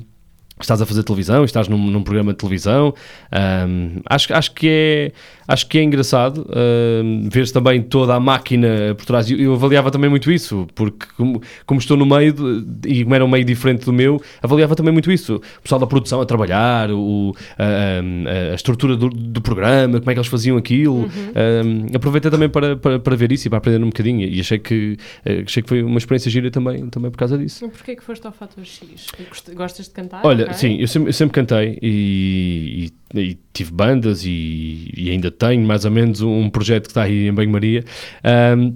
estás a fazer televisão, estás num, num programa de televisão, ahm, acho, acho, que é, acho que é engraçado ahm, veres também toda a máquina por trás, eu, eu avaliava também muito isso, porque como, como estou no meio, de- e como era um meio diferente do meu, avaliava também muito isso, o pessoal da produção a trabalhar, o, ahm, a, estrutura do, do programa, como é que eles faziam aquilo, ahm, aproveitei também para, para, para ver isso e para aprender um bocadinho, e achei que, eh, achei que foi uma experiência gira também, também por causa disso.
Mas Porquê que foste ao fator X? Gost- Gostas de cantar?
Olha,
Ok.
sim, eu sempre, eu sempre cantei e, e- e tive bandas e, e ainda tenho mais ou menos um projeto que está aí em banho-maria. Ahm,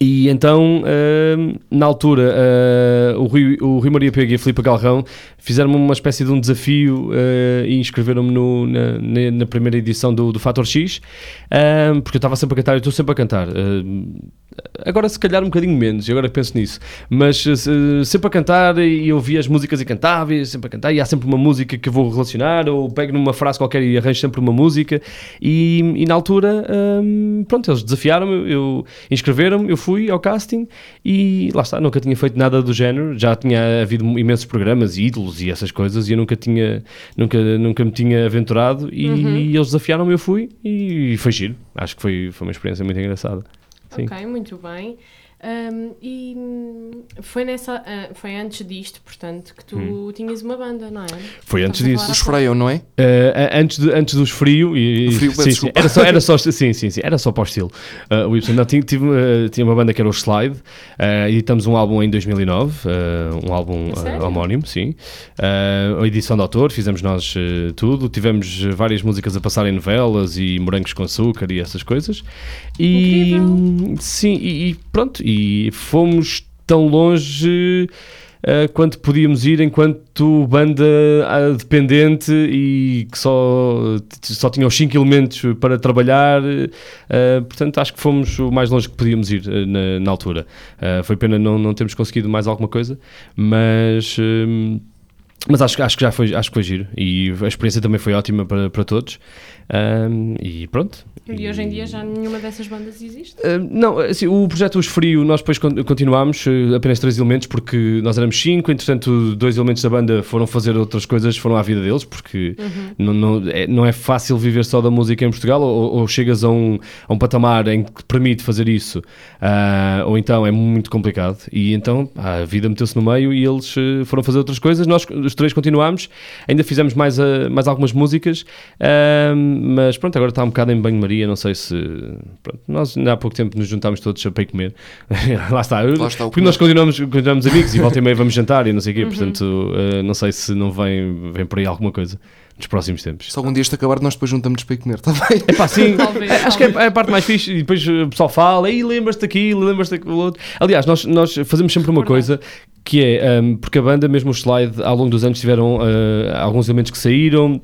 e então, ahm, na altura, ah, o, Rui, o Rui Maria Pego e a Filipe Galrão fizeram-me uma espécie de um desafio ah, e inscreveram-me no- na, na- na primeira edição do, do Fator X, ahm, porque eu estava sempre a cantar, eu estou sempre a cantar. ahm, Agora, se calhar, um bocadinho menos, e agora que penso nisso. Mas eh, se- sempre a cantar, e eu ouvia as músicas e cantava, e sempre a cantar, e há sempre uma música que eu vou relacionar, ou pego numa frase qualquer e arranjo sempre uma música. E, e na altura, hum, pronto, eles desafiaram-me, eu inscreveram-me, eu fui ao casting, e lá está, nunca tinha feito nada do género. Já tinha havido imensos programas, e ídolos e essas coisas, e eu nunca, tinha, nunca, nunca me tinha aventurado. E, eles desafiaram-me, eu fui, e foi giro. Acho que foi, foi uma experiência muito engraçada. Sim.
Ok, muito bem. Ahm, e hum, foi, nessa, ah, foi antes disto, portanto, que tu
Hum.
tinhas uma banda, não é?
Foi antes
Estamos a
disso.
Os Freio, não é?
Eh, a- antes, de, antes dos frio e, e-
Frio, peço
sim, sim,
desculpa.
era só era só sim sim sim era só para o estilo Eh, o Ibsen não tinha, tive, eh, tinha uma banda que era o Slide eh, editamos um álbum em 2009 eh, um álbum
A
eh,
sério?
homónimo sim Eh, a edição de autor fizemos nós eh, tudo tivemos eh, várias músicas a passar em novelas e morangos com açúcar e essas coisas e
Incrível.
sim e, e pronto e fomos tão longe eh, quanto podíamos ir enquanto banda ah, dependente e que só, só tinha os 5 elementos para trabalhar. eh, portanto, acho que fomos o mais longe que podíamos ir eh, na, na altura. Eh, foi pena não, não termos conseguido mais alguma coisa, mas. eh, mas acho, que- acho que já foi, acho que foi giro e a experiência também foi ótima para, para todos. Ahm, e pronto.
E hoje em dia já nenhuma dessas bandas existe.
Uh, não, assim, o projeto Os Frio nós depois con- continuámos, uh, apenas três elementos, porque nós éramos cinco, entretanto dois elementos da banda foram fazer outras coisas, foram à vida deles, porque não, não, é, não é fácil viver só da música em Portugal, ou, ou chegas a um, a um patamar em que te permite fazer isso, ah, ou então é muito complicado, e então pá, a vida meteu-se no meio e eles eh, foram fazer outras coisas, nós os três continuámos, ainda fizemos mais, ah, mais algumas músicas, ah, mas pronto, agora está um bocado em banho-maria, não sei se... Pronto, nós ainda há pouco tempo nos juntámos todos para ir comer. Lá está.
Lá está o
porque
comer.
nós continuamos, continuamos amigos e volta e meia vamos jantar e não sei o quê. Portanto, eh, não sei se não vem, vem por aí alguma coisa nos próximos tempos.
Se algum dia isto acabar, nós depois juntamos para ir comer, está bem?
Epá, sim,
Talvez,
acho que é a parte mais fixe. E depois eh, o pessoal fala, ei, lembras-te daquilo, lembras-te daquilo outro. Aliás, nós, nós fazemos sempre uma
Recordar.
coisa que é, ehm, porque a banda, mesmo o slide, ao longo dos anos tiveram eh, alguns elementos que saíram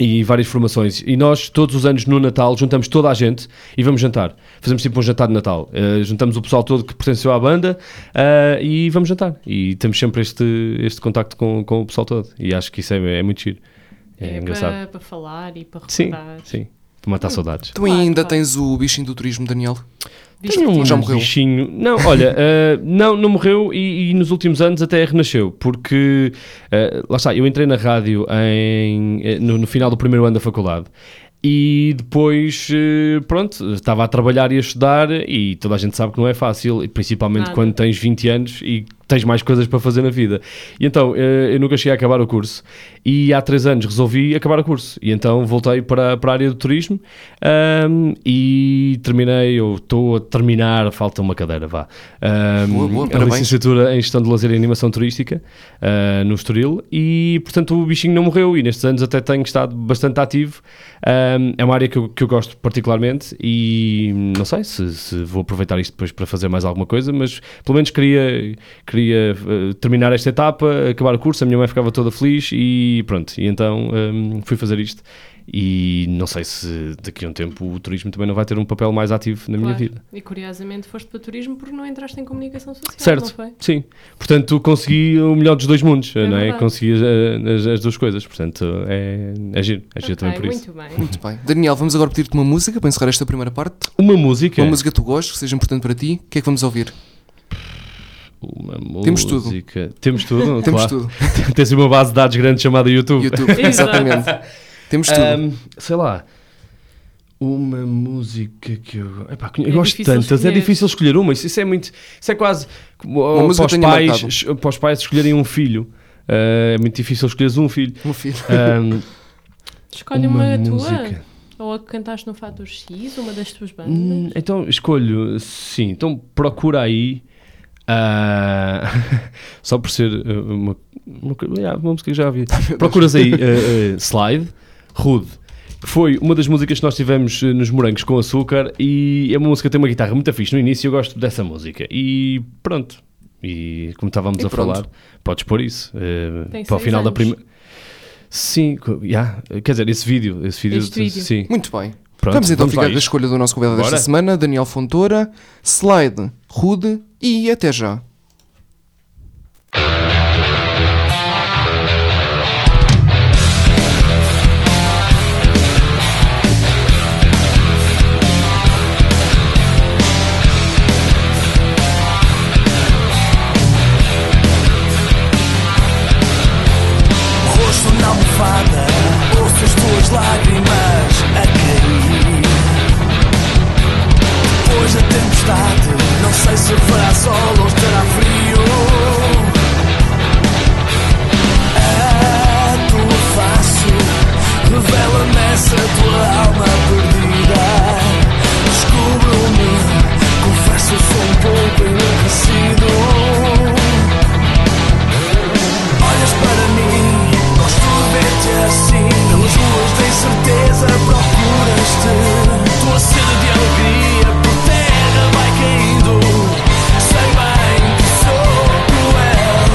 e várias formações. E nós, todos os anos no Natal, juntamos toda a gente e vamos jantar. Fazemos tipo um jantar de Natal. Eh, juntamos o pessoal todo que pertenceu à banda eh, e vamos jantar. E temos sempre este, este contacto com, com o pessoal todo. E acho que isso é, é muito giro. É, engraçado.
Para, para falar e para
Sim,
recordar.
sim. Para matar saudades.
Tu
Claro,
ainda
claro.
tens o bichinho do turismo, Daniel?
Tenho um
Já morreu.
bichinho. Não, olha, eh, não, não morreu e, e nos últimos anos até renasceu, porque eh, lá está, eu entrei na rádio em, eh, no, no final do primeiro ano da faculdade. E depois, eh, pronto, estava a trabalhar e a estudar e toda a gente sabe que não é fácil, e principalmente
Nada.
quando tens 20 anos e tens mais coisas para fazer na vida. E então, eh, eu nunca cheguei a acabar o curso e há três anos resolvi acabar o curso e então voltei para, para a área do turismo ahm, e terminei, ou estou a terminar, falta uma cadeira, vá. Ahm, é
Boa, boa,
A
parabéns.
licenciatura em Gestão de Lazer e Animação Turística ah, no Estoril e, portanto, o bichinho não morreu e nestes anos até tenho estado bastante ativo. Ahm, é uma área que eu, que eu gosto particularmente e não sei se, se vou aproveitar isto depois para fazer mais alguma coisa, mas pelo menos queria, queria ah, terminar esta etapa, acabar o curso, a minha mãe ficava toda feliz e pronto. E então ahm, fui fazer isto e não sei se daqui a um tempo o turismo também não vai ter um papel mais ativo na minha
Claro.
vida.
E curiosamente foste para turismo porque não entraste em comunicação social, não
Certo,
foi?
sim. Portanto, consegui o melhor dos dois mundos,
É
não é?
verdade.
Consegui as, as- as duas coisas, portanto, é, é giro, é giro também
Ok,
por isso.
muito bem.
Muito bem. Daniel, vamos agora pedir-te uma música para encerrar esta primeira parte.
Uma música,
Uma música que tu gostes, que seja importante para ti. O que é que vamos ouvir?
uma música.
Temos tudo.
Temos tudo,
Temos
claro.
tudo.
Tens uma base de dados grande chamada YouTube.
YouTube, exatamente. Temos tudo.
Ahm, sei lá. Uma música que eu. Epá, eu
É
gosto de
difícil
tantas, é
escolher.
difícil escolher uma. Isso, isso é muito. Isso é quase. como, oh,
música
para, os
tenho
pais,
marcado.
es- para os pais escolherem um filho. Ah, é muito difícil escolheres um filho.
Meu filho.
Ahm,
Escolhe uma,
música.
tua. Ou a que cantaste no Fator X, uma das tuas bandas.
Hum, então escolho, sim. Então procura aí. ah, só por ser ah, uma, uma, co- yeah, uma música que já havia. Procuras aí ah, ah, Slide, Rude. que Foi uma das músicas que nós tivemos ah, nos Morangos com Açúcar e é uma música que tem uma guitarra muito fixe no início. Eu gosto dessa música e pronto. E como estávamos
E
a
pronto.
falar, podes pôr isso ah,
Tem
para o
seis
final da
anos.
primeira. Sim, co- yeah, quer dizer, esse vídeo. Esse vídeo,
Este vídeo.
Sim.
Muito bem.
Pronto,
vamos então
vamos
ficar
lá a
com a
isto.
escolha do nosso convidado
Bora.
desta semana, Daniel Fontoura, Slide, Rude e até já.
Rosto na almofada, ouço as tuas lágrimas a cair. Depois da tempestade, não sei se fará sol ou estará frio. A tua face revela-me essa tua alma perdida. Descubro-me, confesso sou um pouco enlouquecido. Olhas para mim, gosto de ver-te assim. Pelas ruas da incerteza procuras-te. Tua sede de alegria por terra vai caindo. Sei bem que sou cruel.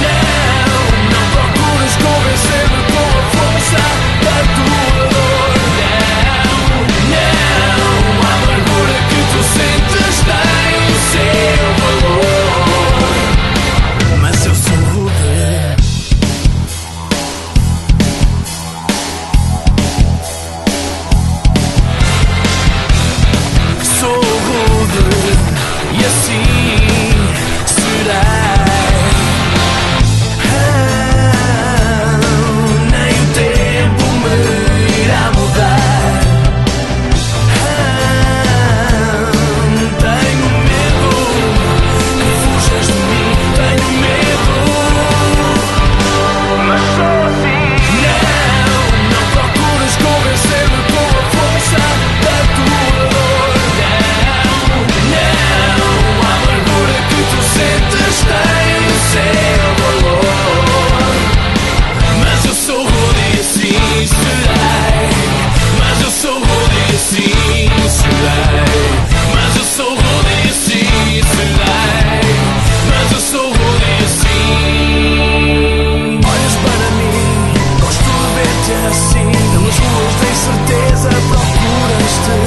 Não, não procuras convencer-me com a força da tua dor. Não, não, a amargura que tu sentes tem o seu valor. Mas eu sou rude. Sou rude e assim serei. Ah, nem o tempo me irá mudar. Ah, tenho medo que fujas de mim. Tenho medo, mas sou assim. Não, não procuras convencer-me com a força da tua dor. Não, não, a amargura que tu sentes tem o seu valor. Mas eu sou rude e assim serei Mas eu sou rude e assim serei Mas eu sou rude e assim serei Mas eu sou rude e assim Olhas para mim, gosto de ver-te assim Pelas ruas da incerteza procuras-te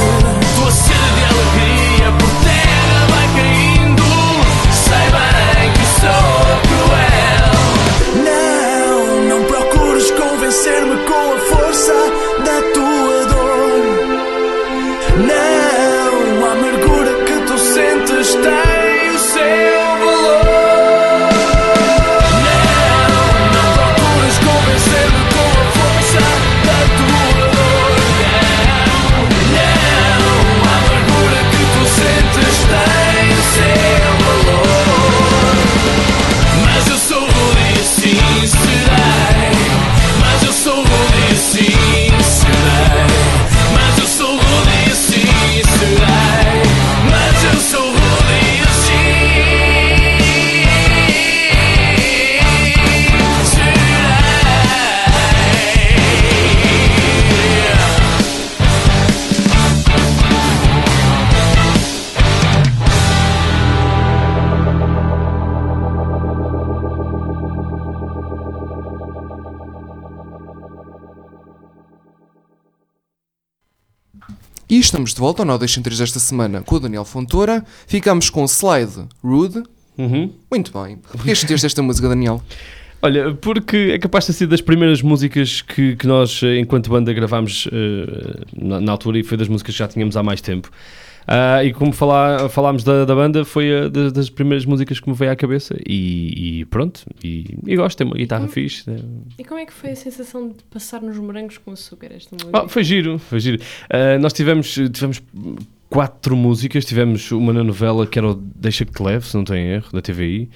Tua sede de alegria por terra vai caindo Sei bem que sou cruel não, não procures convencer-me com a força da tua dor. Não, a amargura que tu sentes tem o seu valor. Não, não procuras convencer-me com a força da tua dor. Não, não, a amargura que tu sentes tem o seu valor. Mas eu sou rude e assim serei Mas eu sou rude e assim serei Mas eu sou rude e assim serei Mas eu sou rude e assim serei
E estamos de volta ao Nó 203 desta semana com o Daniel Fontoura. Ficamos com Slide, Rude.
Uhum.
Muito bem. Porquê escolheste esta música, Daniel?
Olha, porque é capaz de ter sido das primeiras músicas que, que nós, eh, enquanto banda, gravámos eh, na, na altura e foi das músicas que já tínhamos há mais tempo. Ah, e como falá- falámos da, da banda, foi a das, das primeiras músicas que me veio à cabeça. E, e pronto, e, e gosto, tem uma guitarra fixe. né?
E como é que foi a sensação de passar nos morangos com açúcar esta música?
Ah, foi giro, foi giro. Ah, nós tivemos, tivemos quatro músicas, tivemos uma na novela que era o Deixa que te leve, se não tenho erro, da TVI.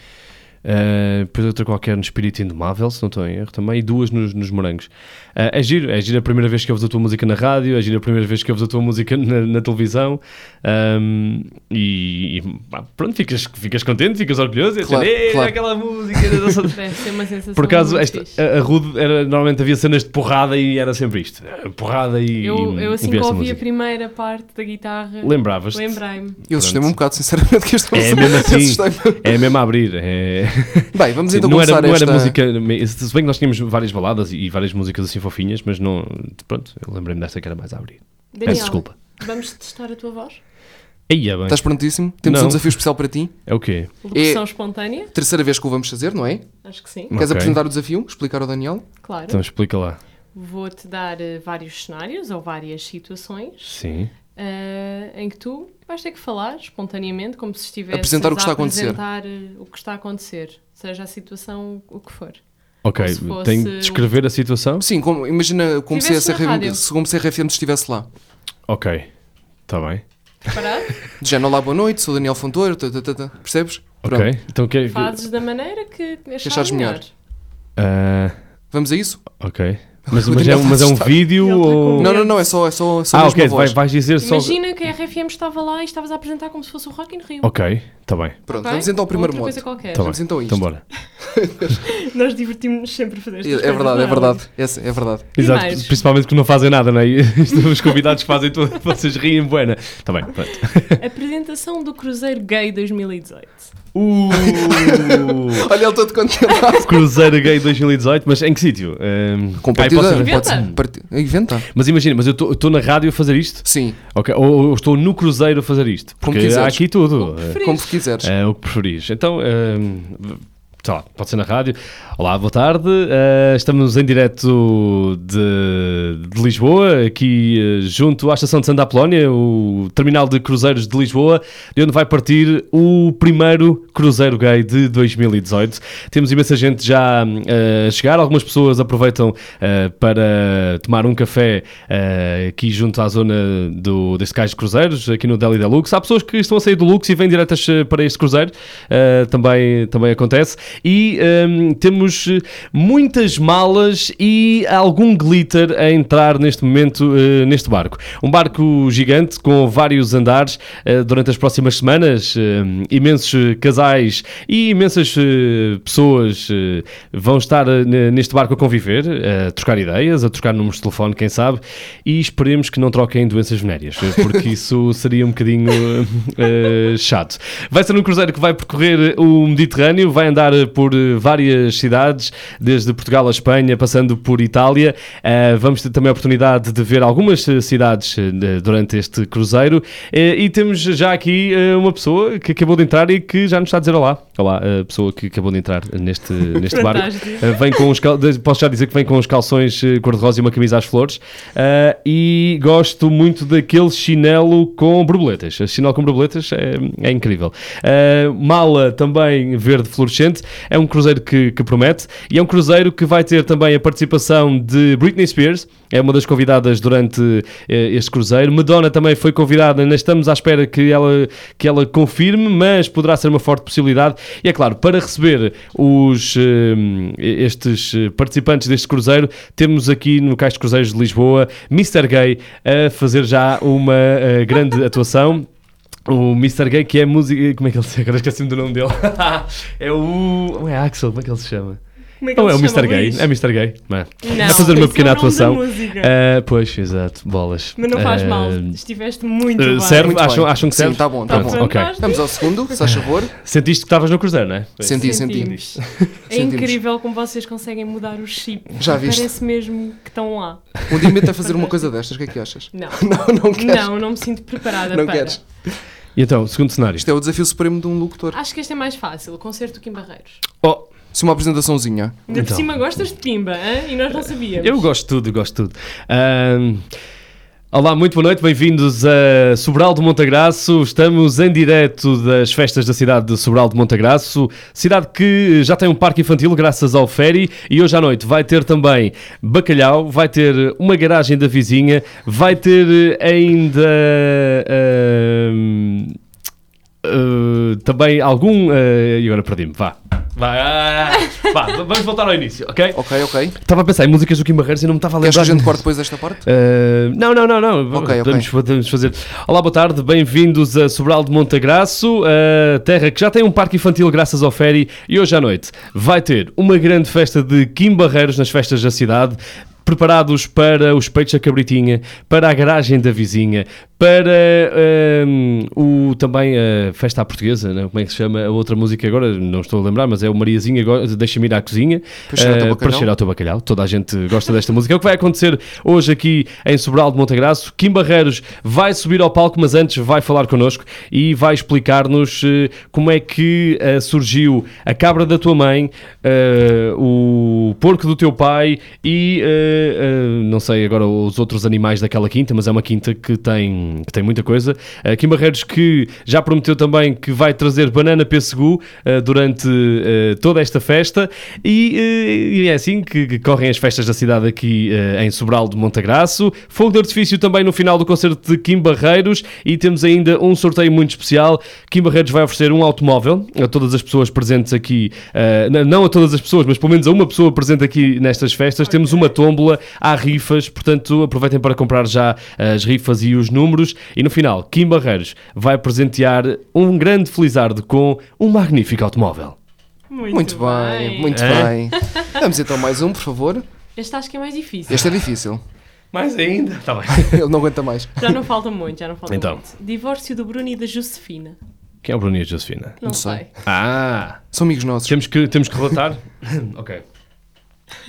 Ah, depois outra qualquer no Espírito Indomável, se não estou em erro também, e duas nos, nos Morangos. Ah, é giro, é giro a primeira vez que ouves a tua música na rádio, é giro a primeira vez que ouves a tua música na, na televisão, Ahm, e, e, pá, pronto, ficas, ficas contente, ficas orgulhoso, e
Claro,
dizes, "Ei,
claro.
aquela música era da nossa-
Deve ser uma sensação
por acaso,
muito
esta, eh,
fixe.
a, a Rude era, normalmente havia cenas de porrada e era sempre isto. Porrada e.
Eu,
e-
eu assim
e
que
esta
ouvi a
música.
primeira parte da guitarra,
Lembravas?
lembrei-me.
Eu assustei-me um bocado, sinceramente, que esta
É
música-
mesmo
assustei-me.
assim. é mesmo a abrir. É...
Bem, vamos então
não era,
começar
não
esta...
era música. me- Se bem que nós tínhamos várias baladas e várias músicas assim fofinhas, mas não. Pronto, eu lembrei-me desta que era mais a abrir.
Daniel,
Peço desculpa.
vamos testar a tua voz?
Aí é bem.
Estás prontíssimo? Temos um
Não.
desafio especial para ti.
É o quê?
Locução espontânea?
Terceira vez que o vamos fazer, não é?
Acho que sim,
Queres
Ok.
apresentar o desafio? Explicar ao Daniel?
claro.
Então explica lá.
Vou-te dar eh, vários cenários ou várias situações
Sim.
eh, em que tu vais ter que falar espontaneamente, como se estivesse
Apresentar o que está a acontecer.
apresentar eh, o que está a acontecer, seja a situação o que for.
Ok,
Como se fosse
tenho de descrever a situação?
Sim, como- imagina como se, a
Estivesse na
CRFM,
rádio.
se como se a RFM estivesse lá.
Ok. Está bem.
Preparado?
De género, olá, boa noite, sou Daniel Fontoura, tá, tá, tá, tá. percebes? Pronto.
Ok. Então quer.
Fazes da maneira que achares
achares melhor.
melhor.
Ah,
Vamos a isso?
ok. Mas,
O
mas, é,
Daniel
um- mas é um
está-
vídeo
Ele está
ou.
com-
Não, não, não, é só, é só, é só
Ah,
mesmo
ok,
a voz.
vai, vais dizer só.
Imagina que a RFM estava lá e estavas a apresentar como se fosse o Rock in Rio.
Ok, tá bem.
Pronto,
ok?
vamos então ao
Ou
primeiro
outra
modo.
coisa qualquer.
Tá
Vamos
bem.
então a isto.
Então bora.
Nós divertimos sempre a fazer
É
estas
é
coisas,
verdade, é
não
verdade. Essa- É, verdade.
Exato,
Primeiros.
principalmente que não fazem nada, não é? Isto, Os convidados que fazem tudo, vocês riem, buena. Tá bem, pronto.
Apresentação do Cruzeiro Gay 2018.
Uh,
Olha, ele todo contente.
Cruzeiro Gay 2018, mas em que sítio? Ahm,
Com
ah, eu posso
partida.
ver?
Inventa.
pode- parti- Inventa.
Mas imagina, mas eu estou na rádio a fazer isto,
Sim,
ok? Ou, ou estou no Cruzeiro a fazer isto,
Como
porque há
quiseres.
aqui tudo.
Preferias?
como tu quiseres.
É o que preferis. Então, ehm, sei lá, pode ser na rádio. Olá, boa tarde. Eh, estamos em direto de, de Lisboa, aqui eh, junto à estação de Santa Apolónia, o terminal de cruzeiros de Lisboa, de onde vai partir o primeiro cruzeiro gay de 2018. Temos imensa gente já hum, a chegar, algumas pessoas aproveitam eh, para tomar um café eh, aqui junto à zona do, deste cais de cruzeiros, aqui no Delhi Deluxe. Há pessoas que estão a sair do Lux e vêm diretas eh, para este cruzeiro, eh, também, também acontece. E hum, temos eh, muitas malas e algum glitter a entrar neste momento eh, neste barco. Um barco gigante com vários andares eh, durante as próximas semanas. eh, imensos eh, casais e imensas eh, pessoas eh, vão estar eh, ne- neste barco a conviver, eh, a trocar ideias, a trocar números de telefone, quem sabe, e esperemos que não troquem doenças venéreas, eh, porque isso seria um bocadinho eh, eh, chato. Vai ser um cruzeiro que vai percorrer o Mediterrâneo, vai andar eh, por eh, várias cidades, desde Portugal à Espanha, passando por Itália. Eh, vamos ter também a oportunidade de ver algumas eh, cidades eh, de- durante este cruzeiro. Eh, e temos já aqui eh, uma pessoa que acabou de entrar e que já nos está a dizer olá. Olá, a pessoa que acabou de entrar neste, neste barco.
Fantástico.
Eh, vem com os cal- de- posso já dizer que vem com os calções eh, cor-de-rosa e uma camisa às flores. Eh, e gosto muito daquele chinelo com borboletas. Eh, Chinelo com borboletas é, é incrível. Eh, mala também verde fluorescente. É um cruzeiro que, que promete. E é um cruzeiro que vai ter também a participação de Britney Spears. É uma das convidadas durante eh, este cruzeiro. Madonna também foi convidada. Ainda estamos à espera que ela, que ela confirme, mas poderá ser uma forte possibilidade. E é claro, para receber os, eh, estes eh, participantes deste cruzeiro, temos aqui no Cais de Cruzeiros de Lisboa Mr. Gay a fazer já uma eh, grande atuação. O Mr. Gay, que é música. Como é que ele se chama? Agora esqueci-me do nome dele. é o. Não é Axel, como é que ele se chama?
Como é que
Não
ele
é o
se chama,
Mr. Gay,
Luís?
é Mr. Gay. não é?
Não,
a fazer
esse é
uma
o
pequena
nome da
atuação.
música.
Ah, pois, exato, bolas.
É. Mas não faz
Ah,
mal, estiveste muito
ah,
bem.
serve?
Muito
Acham,
bem.
acham que
Sim,
serve?
tá bom, tá
Pronto,
bom.
ok.
Fantástico.
Vamos ao segundo, se faz favor.
Sentiste que estavas no cruzeiro, não é?
Senti, senti.
Sentimos. É
Sentimos.
incrível como vocês conseguem mudar o chip.
Já viste?
Parece mesmo que estão lá.
Um dia inventa fazer uma coisa destas, o que é que achas?
Não,
Não, não queres.
não, não me sinto preparada
Não
para.
queres.
E então, segundo cenário.
Isto é o desafio supremo de um locutor.
Acho que este é mais fácil, o concerto do Kim Barreiros.
é-
Oh,
Se uma apresentaçãozinha.
Ainda por
Então.
cima gostas de Kimba, hã? e nós não sabíamos.
eu gosto de tudo, gosto de tudo. Ahm, Olá, muito boa noite, bem-vindos a Sobral de Montagraço. Estamos em direto das festas da cidade de Sobral de Montagraço, cidade que já tem um parque infantil graças ao Ferry e hoje à noite vai ter também bacalhau, vai ter uma garagem da vizinha, vai ter ainda ahm, ah, também algum... ah, e agora perdi-me, vá. Vá, ah, vá, vamos voltar ao início, ok?
Ok, ok.
Estava a pensar em músicas do Kim Barreiros e não me estava a lembrar.
Queres que a gente corte depois desta parte?
Uh, não, não, não, não.
Ok, ok.
podemos, podemos fazer. Olá, boa tarde, bem-vindos a Sobral de Montagraço, a terra que já tem um parque infantil graças ao Ferry e hoje à noite vai ter uma grande festa de Kim Barreiros nas festas da cidade. Preparados para os peitos da cabritinha, para a garagem da vizinha, para ahm, o, também a festa à portuguesa, né? como é que se chama a outra música agora, não estou a lembrar, mas é o Mariazinha, agora deixa-me ir à cozinha,
Para cheirar o teu
ah, para
bacalhau.
cheirar o teu bacalhau. Toda a gente gosta desta música. É o que vai acontecer hoje aqui em Sobral de Montagraço. Kim Barreiros vai subir ao palco, mas antes vai falar connosco e vai explicar-nos eh, como é que eh, surgiu a cabra da tua mãe, eh, o porco do teu pai e eh, eh, não sei agora os outros animais daquela quinta, mas é uma quinta que tem, que tem muita coisa. Eh, Kim Barreiros que já prometeu também que vai trazer banana pêssego eh, durante eh, toda esta festa e, eh, e é assim que, que correm as festas da cidade aqui eh, em Sobral de Montagraço. Fogo de artifício também no final do concerto de Kim Barreiros e temos ainda um sorteio muito especial. Kim Barreiros vai oferecer um automóvel a todas as pessoas presentes aqui, eh, n- não a todas as pessoas, mas pelo menos a uma pessoa presente aqui nestas festas. Temos uma tómbola, há rifas, portanto aproveitem para comprar já eh, as rifas e os números. E no final, Kim Barreiros vai presentear um grande felizardo com um magnífico automóvel.
Muito,
Muito bem, muito
É?
bem. Vamos então mais um, por favor.
Este acho que é mais difícil.
Este é difícil.
Mais ainda? Está bem.
Ele não aguenta mais.
Já não falta muito, já não falta
Então.
muito. Divórcio do Bruno e da Josefina.
Quem é o Bruno e a Josefina?
Não,
Não sei.
sei.
Ah!
São amigos nossos.
Temos que, temos que relatar? ok.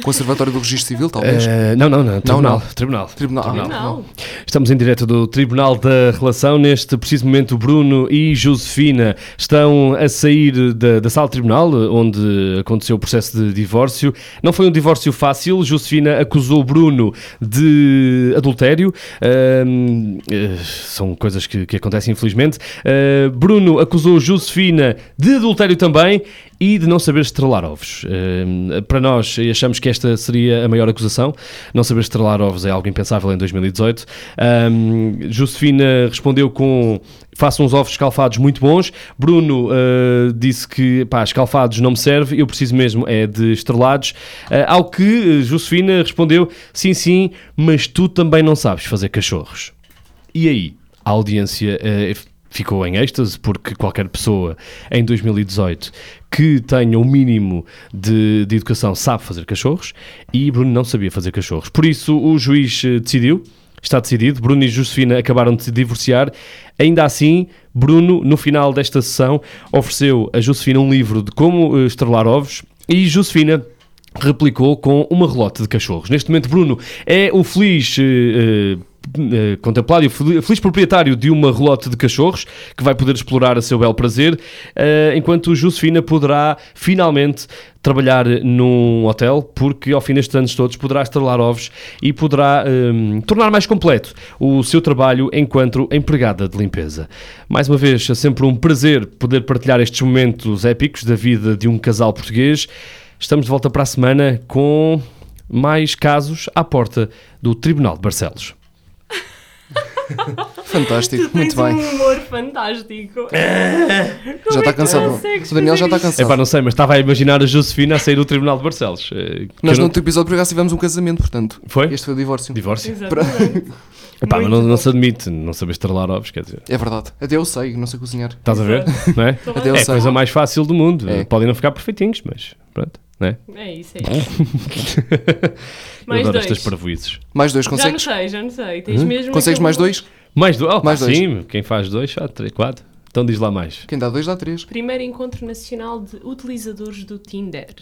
Conservatório do Registro Civil, talvez.
Eh, não, não, não. Tribunal.
não.
Tribunal.
Tribunal.
Não.
Estamos em direto do Tribunal da Relação. Neste preciso momento, Bruno e Josefina estão a sair da, da sala de tribunal, onde aconteceu o processo de divórcio. Não foi um divórcio fácil. Josefina acusou Bruno de adultério. Ahm, eh, são coisas que, que acontecem, infelizmente. Ah, Bruno acusou Josefina de adultério também e de não saber estrelar ovos. Hum, Para nós, achamos que esta seria a maior acusação. Não saber estrelar ovos é algo impensável em 2018. Hum, Josefina respondeu com. Faço uns ovos escalfados muito bons. Bruno uh, disse que pá, escalfados não me serve, eu preciso mesmo é de estrelados. Uh, ao que uh, Josefina respondeu: sim, sim, mas tu também não sabes fazer cachorros. E aí, a audiência eh, f- ficou em êxtase, porque qualquer pessoa em 2018 que tenha o mínimo de, de educação sabe fazer cachorros e Bruno não sabia fazer cachorros. Por isso, o juiz eh, decidiu. Está decidido, Bruno e Josefina acabaram de se divorciar. Ainda assim, Bruno, no final desta sessão, ofereceu a Josefina um livro de como eh, estrelar ovos e Josefina replicou com uma relote de cachorros. Neste momento, Bruno é o feliz. eh, eh, eh, Contemplado e o fel- feliz proprietário de uma relote de cachorros que vai poder explorar a seu belo prazer, eh, enquanto Josefina poderá finalmente trabalhar num hotel, porque ao fim destes anos todos poderá estrelar ovos e poderá eh, tornar mais completo o seu trabalho enquanto empregada de limpeza. Mais uma vez, é sempre um prazer poder partilhar estes momentos épicos da vida de um casal português. Estamos de volta para a semana com mais casos à porta do Tribunal de Barcelos.
Fantástico, muito
Tens
bem.
um humor fantástico. é
Já está cansado. O Daniel já está
É
cansado.
pá, não sei, mas estava a imaginar a Josefina a sair do Tribunal de Barcelos. Eh, que
Nós
eu
no
não-
outro episódio por acaso tivemos um casamento, portanto.
Foi?
Este foi o É? divórcio.
Divórcio?
Exatamente.
É pá, mas
Muito
não, não
bom.
se admite, não saber estrelar ovos, quer dizer.
É verdade. Até eu sei, não sei cozinhar.
Estás a ver? Não é?
Estou
Adeus.
bem.
É a coisa mais fácil do mundo.
É.
Podem não ficar perfeitinhos, mas pronto. Não é?
É isso, é isso.
Eu
mais
adoro
dois.
estas parvoízes.
Mais dois,
Já não
consegues? Hum?
sei, já não sei. Tens mesmo
Consegues
aquele-
mais dois?
Mais, do... oh, pá,
Mais dois.
Sim, quem faz dois, há três, quatro. Então diz lá mais.
Quem dá dois dá três.
Primeiro encontro nacional de utilizadores do Tinder.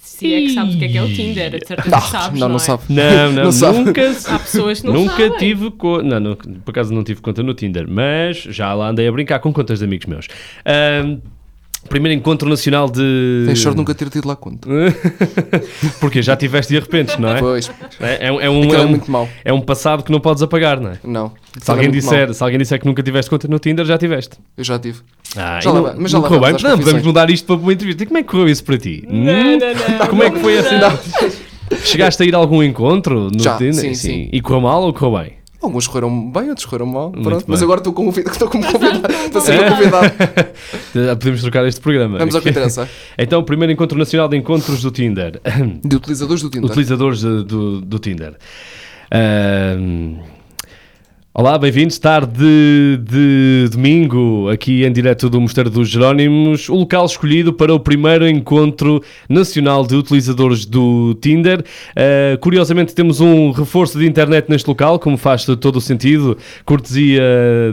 Se é que sabes o que é que é o Tinder, de certeza que sabes,
Ah, Não,
não,
não
é?
sabe.
Não, não,
Não sabe.
nunca
Há pessoas que não
Nunca
sabem.
tive conta. Não, não, por acaso não tive conta no Tinder, mas já lá andei a brincar com contas de amigos meus. Ahm, Primeiro encontro nacional de.
Tens sorte de nunca ter tido lá conta.
Porque já tiveste de repente, é? não é?
Pois,
É, é um- é um,
aquilo
é
é
um-
muito mau.
é um passado que não podes apagar, não é?
Não.
Se
Aquilo é
alguém,
muito
disser,
mau.
se alguém disser que nunca tiveste conta no Tinder, já tiveste.
Eu já tive.
Ah,
Já
e
lá
não-
vai- mas já
não
lá vamos
correu bem?
às
Não, podemos
confissões.
mudar isto para uma entrevista. E como é que correu isso para ti? Hum?
não, não.
Como é que foi essa? Chegaste a ir a algum encontro no
Já,
Tinder?
sim, sim.
E correu mal ou correu bem?
Alguns correram bem, outros correram mal.
Muito
Pronto. Mas
bem.
agora estou como convidado. Estou como convidado. Para ser
É?
um convidado.
Já Podemos trocar este programa.
Vamos ao que interessa.
Então, primeiro encontro nacional de encontros do Tinder.
De utilizadores do Tinder.
Utilizadores de- do, do Tinder. Ahm, Olá, bem-vindos. Tarde de domingo, aqui em direto do Mosteiro dos Jerónimos, o local escolhido para o primeiro encontro nacional de utilizadores do Tinder. Ah, curiosamente, temos um reforço de internet neste local, como faz todo o sentido, cortesia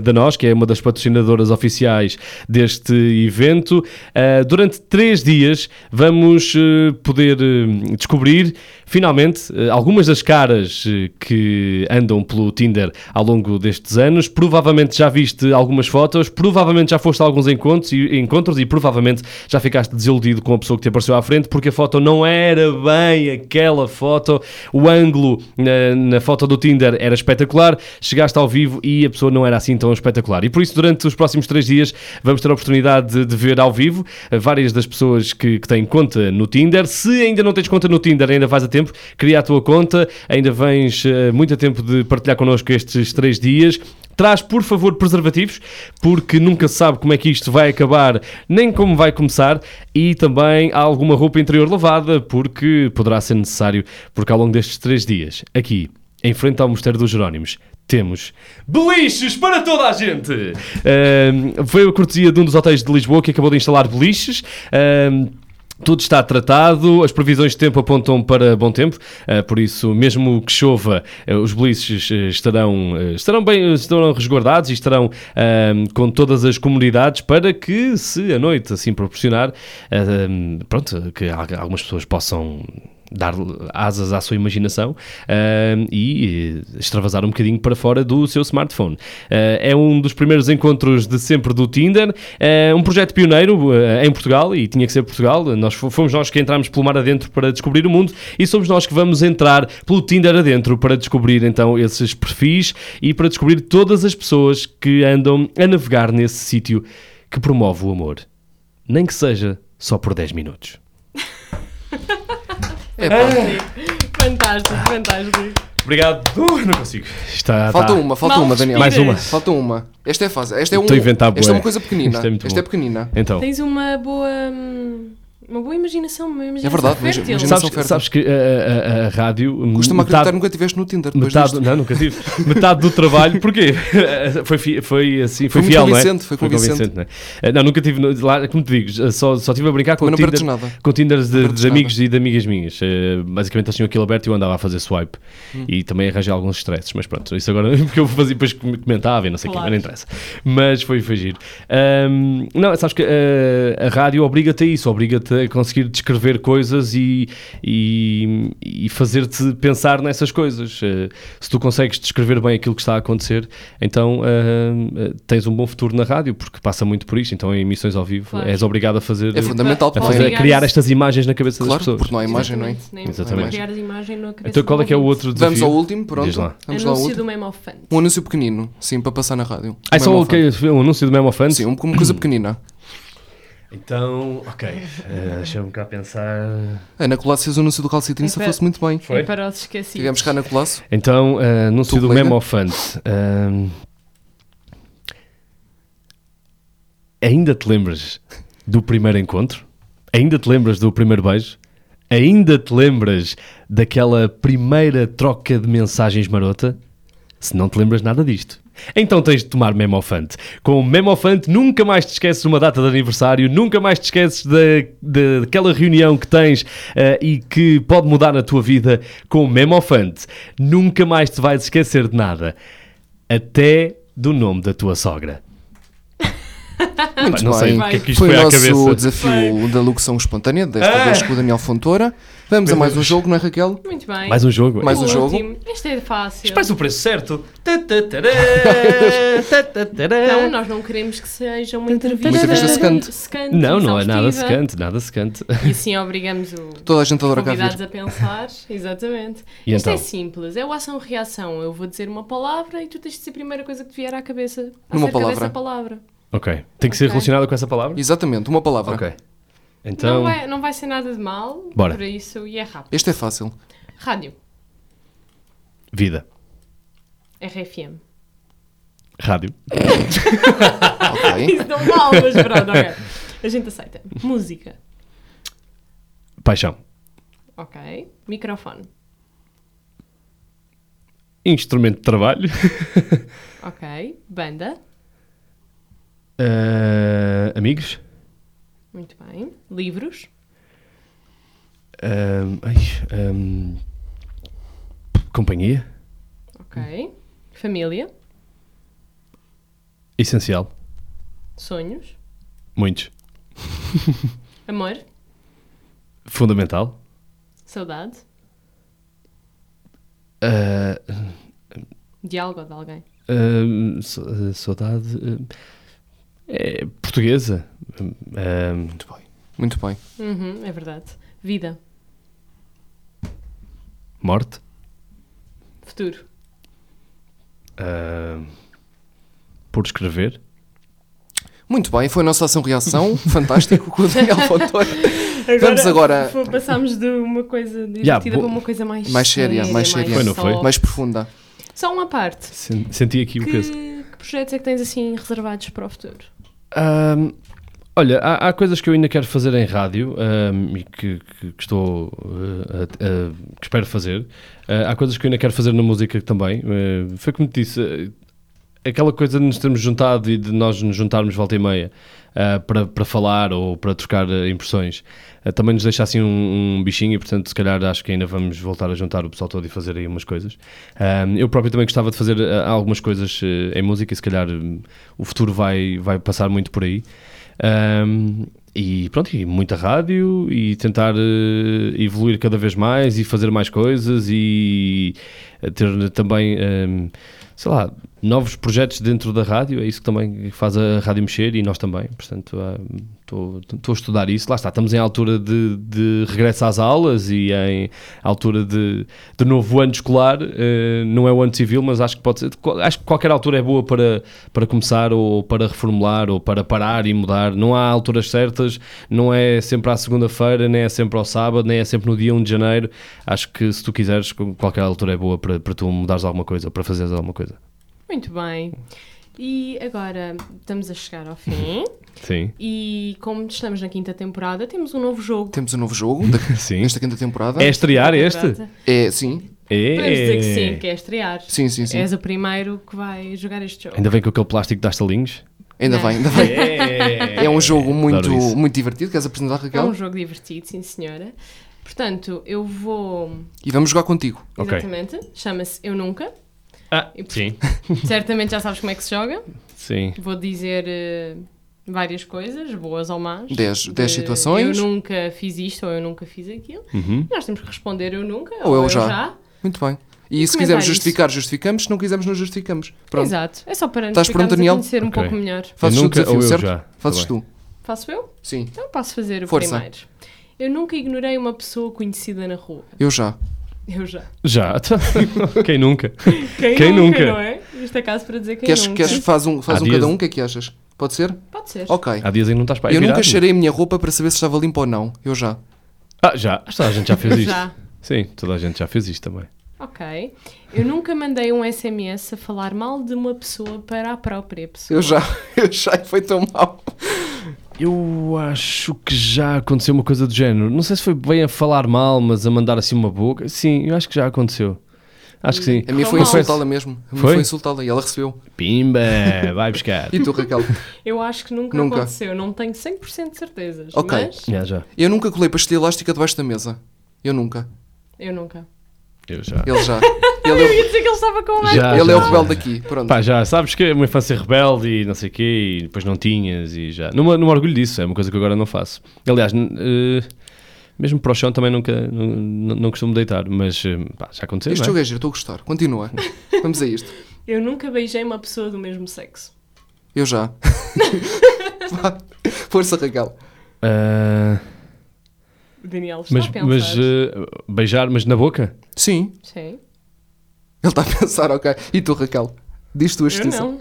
da nós, que é uma das patrocinadoras oficiais deste evento. Ah, durante três dias vamos eh, poder eh, descobrir, finalmente, eh, algumas das caras eh, que andam pelo Tinder ao longo destes anos. Provavelmente já viste algumas fotos, provavelmente já foste a alguns encontros e, encontros e provavelmente já ficaste desiludido com a pessoa que te apareceu à frente porque a foto não era bem aquela foto. O ângulo na, na foto do Tinder era espetacular, chegaste ao vivo e a pessoa não era assim tão espetacular. E por isso, durante os próximos três dias, vamos ter a oportunidade de, de ver ao vivo eh, várias das pessoas que, que têm conta no Tinder. Se ainda não tens conta no Tinder, ainda vais a tempo, cria a tua conta, ainda vens eh, muito a tempo de partilhar connosco estes três dias. Traz, por favor, preservativos, porque nunca se sabe como é que isto vai acabar, nem como vai começar, e também há alguma roupa interior lavada, porque poderá ser necessário, porque ao longo destes três dias, aqui, em frente ao Mosteiro dos Jerónimos, temos beliches para toda a gente! Ahm, foi a cortesia de um dos hotéis de Lisboa que acabou de instalar beliches. Ahm, tudo está tratado, as previsões de tempo apontam para bom tempo, eh, por isso, mesmo que chova, eh, os belices eh, estarão, eh, estarão bem estarão resguardados e estarão ahm, com todas as comunidades para que, se a noite assim proporcionar, ahm, pronto, que al- algumas pessoas possam dar asas à sua imaginação ahm, e eh, extravasar um bocadinho para fora do seu smartphone. Eh, é um dos primeiros encontros de sempre do Tinder, eh, um projeto pioneiro eh, em Portugal e tinha que ser Portugal. Nós fo- fomos nós que entramos pelo mar adentro para descobrir o mundo e somos nós que vamos entrar pelo Tinder adentro para descobrir então esses perfis e para descobrir todas as pessoas que andam a navegar nesse sítio que promove o amor, nem que seja só por 10 minutos.
É,
Ah.
pá.
Fantástico, fantástico.
Obrigado. Uh, não consigo. Está,
Falta
está-
uma, falta
Mal
uma, Daniel.
Mais uma.
Falta uma. Esta é fácil. Esta é, um,
Tá. Estou a inventar
esta é
bué.
uma coisa pequenina.
Isto é muito
esta é
bom.
pequenina.
Então.
Tens uma boa. hum, Uma boa imaginação, uma imaginação
É verdade, mas-
fértil.
imagina-
Sabes,
fértil.
sabes que uh, a, a- a- a rádio.
Custa-me acreditar
metade-
que nunca estiveste no Tinder depois
Metade,
disto.
não, nunca tive. Metade do trabalho, porquê? foi, fi- foi assim,
Foi
foi,
muito
fiel, não é?
convincente, foi convincente.
não é? Eh, Não, nunca tive, no- lá, como te digo, uh, só, só tive a brincar com
Também não
Tinder,
perdes nada.
com Tinders de,
perdes
de amigos e de amigas minhas. Eh, Basicamente eles tinham aquilo aberto e eu andava a fazer swipe.
Hum.
E também arranjei alguns stresses, mas pronto, isso agora, porque eu fazia, depois com- comentava e não sei o quê, mas
Claro.
não interessa. Mas foi, foi giro. Ahm, não, sabes que eh, a rádio obriga-te a isso, obriga-te a conseguir descrever coisas e, e, e fazer-te pensar nessas coisas. Eh, se tu consegues descrever bem aquilo que está a acontecer, então ahm, eh, tens um bom futuro na rádio, porque passa muito por isto. Então, em emissões ao vivo,
Claro.
és obrigado a fazer.
É fundamental
a
para
fazer, a
Obrigado.
criar estas imagens na cabeça das
Claro,
pessoas.
porque não há imagem, não é?
Exatamente, nem-
Exatamente.
nem criar as imagens na cabeça
Então qual é
do
que é o
ouvinte.
outro desafio?
Vamos ao último, pronto.
Diz lá.
Vamos lá ao
Anúncio
último.
do Memo Fante.
Um anúncio pequenino, sim, para passar na rádio.
Ah, é só
Memo
o que- o anúncio do Memo
Fan.
Fans?
Sim, um- uma coisa pequenina.
Então, ok. eh, Deixa-me cá pensar.
Ana Colasso fez o anúncio do calcitrinho, se
é.
Espera.
fosse muito bem.
Foi?
E para os esquecidos.
Tivemos cá Ana Colasso.
Então, eh, anúncio
Tu,
do Eh,
colega?
Memo Fans. Ahm, Ainda te lembras do primeiro encontro? Ainda te lembras do primeiro beijo? Ainda te lembras daquela primeira troca de mensagens marota? Se não te lembras nada disto, então tens de tomar Memofante. Com o Memofante nunca mais te esqueces de uma data de aniversário, nunca mais te esqueces da- da- daquela reunião que tens eh, e que pode mudar na tua vida com o Memofante. Nunca mais te vais esquecer de nada, até do nome da tua sogra.
Muito
Pá, não sei
bem.
o que é que isto
Foi
foi,
o
à
nosso
cabeça.
desafio da locução espontânea, desta
Ah!
vez com o Daniel Fontoura. Vamos a mais um jogo, não é, Raquel?
Muito bem.
Mais um jogo.
Mais
o
um jogo.
último. Este é fácil.
Espera o preço certo. Tá, tá, tará, tá, tá, tará.
Não, nós não queremos que seja uma entrevista,
Uma entrevista um- secante.
Não, não é nada
exaustiva.
secante, nada secante.
E assim obrigamos o
Toda a gente adora cá
convidados
vir.
a pensar. Exatamente.
E
Isto é
então?
simples. É o ação-reação. Eu vou dizer uma palavra e tu tens de dizer a primeira coisa que te vier à cabeça.
Numa
acerca
palavra.
Dessa palavra.
Ok. Tem que ser
Ok.
relacionado com essa palavra?
Exatamente, uma palavra.
Ok. Então,
Não, vai, não vai ser nada de mal.
Bora.
Por isso, e é rápido.
Este é fácil.
Rádio.
vida,
RFM.
rádio,
Ok.
Isso não vale, mas pronto, ok. A gente aceita. Música.
paixão,
Ok. Microfone.
instrumento de trabalho,
Ok. Banda.
eh, amigos,
Muito bem. Livros.
eh, ai, ehm, companhia,
Ok. Família.
essencial,
Sonhos.
muitos,
Amor.
fundamental,
Saudade.
eh,
Diálogo de alguém.
ehm, sa- eh, saudade, ehm, eh, portuguesa, ehm,
Muito bem. Muito bem.
Uhum, é verdade. Vida.
morte,
Futuro.
ehm, por escrever,
Muito bem, foi a nossa ação-reação. Fantástico com o Daniel Fontoura. Vamos agora-
Foi- Passámos de uma coisa divertida
Yeah, bo-
para uma coisa mais,
Mais séria, mais séria.
Foi, não foi?
soft.
Mais profunda.
Só uma parte.
Sen- senti aqui o
Que,
peso.
que projetos é que tens assim reservados para o futuro?
Ahm, olha, há, há coisas que eu ainda quero fazer em rádio ahm, e que, que- que estou eh, a- a- que espero fazer. Ah, há coisas que eu ainda quero fazer na música também. Eh, foi como te disse, eh, aquela coisa de nos termos juntado e de nós nos juntarmos volta e meia ah, para, para falar ou para trocar eh, impressões ah, também nos deixa assim um, um bichinho e portanto se calhar acho que ainda vamos voltar a juntar o pessoal todo e fazer aí umas coisas. Ah, eu próprio também gostava de fazer ah, algumas coisas eh, em música e se calhar hum, o futuro vai, vai passar muito por aí. Um, e pronto, e muita rádio e tentar eh, evoluir cada vez mais e fazer mais coisas e eh, ter também, ehm, sei lá, novos projetos dentro da rádio. É isso que também faz a rádio mexer e nós também. Portanto, ah, estou estou a estudar isso. Lá está, estamos em altura de, de regresso às aulas e em altura de, de novo ano escolar. eh, não é o ano civil, mas acho que pode ser. Acho que qualquer altura é boa para, para começar ou para reformular ou para parar e mudar. Não há alturas certas, não é sempre à segunda-feira, nem é sempre ao sábado, nem é sempre no dia 1 de janeiro. Acho que se tu quiseres, qualquer altura é boa para, para tu mudares alguma coisa ou para fazeres alguma coisa.
Muito bem. E agora estamos a chegar ao fim.
Sim.
E como estamos na quinta temporada, temos um novo jogo.
Temos um novo jogo da-
Sim.
desta quinta temporada.
É estrear este?
Podemos
É, sim.
É.
dizer que sim, que é estrear.
Sim, sim, sim.
És o primeiro que vai jogar este jogo.
Ainda bem com aquele plástico das talinhos.
Ainda bem, ainda bem. É um jogo muito,
Adoro isso.
muito divertido. Queres apresentar,
É
Raquel?
um jogo divertido, sim senhora. Portanto, eu vou.
E vamos jogar contigo.
Ok.
Exatamente. Chama-se Eu Nunca.
Ah,
E por-
sim.
Certamente já sabes como é que se joga.
Sim.
Vou dizer eh, várias coisas, boas ou más.
Dez- dez
De
situações. Uhum.
Eu nunca fiz isto ou eu nunca fiz aquilo. Nós temos que responder eu nunca
Ou eu já. Muito bem. E, é se
comentar
quisermos
isso.
justificar, justificamos. Se não quisermos, não justificamos. Pronto.
Exato. É só para nos
Estás pronto,
ficarmos a
Daniel?
conhecer um
Ok.
pouco melhor.
Fazes tu
Eu
o
nunca
desafio,
ou eu
certo?
já. Tá
Fazes
bem.
tu.
Faço eu?
Sim.
Então posso fazer o
Força.
primeiro. Eu nunca ignorei uma pessoa conhecida na rua.
Eu já.
Eu já.
Já. Quem nunca?
Quem,
Quem
nunca,
nunca?
não é? Isto é caso para dizer quem
Queres,
nunca.
queres faz um, faz
Há
um
dias-
cada um? O que é que achas? Pode ser?
Pode ser.
Ok.
Há dias em que não estás para aí
Eu nunca
virado.
cheirei a minha roupa para saber se estava limpa ou não. Eu já.
Ah, já. Acho que toda a gente já fez isto.
Já.
Sim, toda a gente já fez isto também.
Ok. Eu nunca mandei um SMS a falar mal de uma pessoa para a própria pessoa.
Eu já. Eu já. E Foi tão mal.
Eu acho que já aconteceu uma coisa do género. Não sei se foi bem a falar mal, mas a mandar assim uma boca. Sim, eu acho que já aconteceu. Acho que sim.
A minha
Tão
foi
mal.
insultá-la mesmo. A minha
Foi?
foi insultá-la e ela recebeu.
Pimba, vai buscar.
E tu, Raquel?
Eu acho que nunca,
Nunca.
aconteceu. Não tenho 100% de certezas.
Ok.
Mas
Já, já.
Eu nunca colei pastilha elástica debaixo da mesa. Eu nunca.
eu nunca.
Eu já.
Ele já. Ele é,
Eu ia dizer que ele estava com mais.
Já,
o- ele é o
já,
rebelde
já.
daqui. Pronto.
Pá, já sabes que é uma infância rebelde e não sei o quê, e depois não tinhas e já. Não, me- não me orgulho disso, é uma coisa que agora não faço. Aliás, n- eh, mesmo para o chão também nunca, n- n- não costumo deitar, mas eh, pá, já aconteceu.
este
não é?
jogo é giro, estou a gostar. Continua. Vamos a isto.
Eu nunca beijei uma pessoa do mesmo sexo.
Eu já. Vá. Força, Raquel.
Ah,
O Daniel está
mas
a pensar.
mas eh, beijar, mas na boca?
Sim.
Sim.
Ele está a pensar, ok. E tu, Raquel? Diz tu a
Eu
justiça.
não.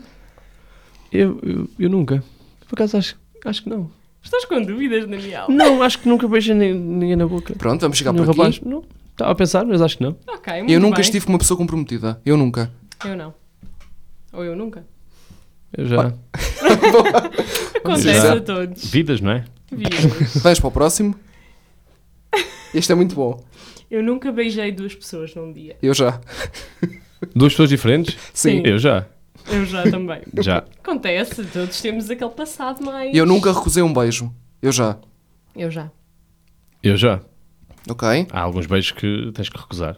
Eu, eu, eu nunca. Por acaso acho, acho que não.
Estás com dúvidas, Daniel?
Não, acho que nunca beijei ni- ninguém na boca.
Pronto, vamos chegar
Nenhum
Tá por
rapaz?
aqui.
Não. Estava a pensar, mas acho que não.
Ok, muito
Eu nunca
bem.
estive com uma pessoa comprometida. Eu nunca.
Eu não. Ou eu nunca.
Eu já.
Acontece
Já.
a todos.
Vidas, não é?
Vidas.
Vais para o próximo? Este é muito bom.
Eu nunca beijei duas pessoas num dia.
Eu já.
Duas pessoas diferentes?
Sim.
Eu já.
Eu já também.
Já.
Acontece, todos temos aquele passado mais.
Eu nunca recusei um beijo. Eu já.
Eu já.
Eu já.
Ok?
Há alguns beijos que tens que recusar.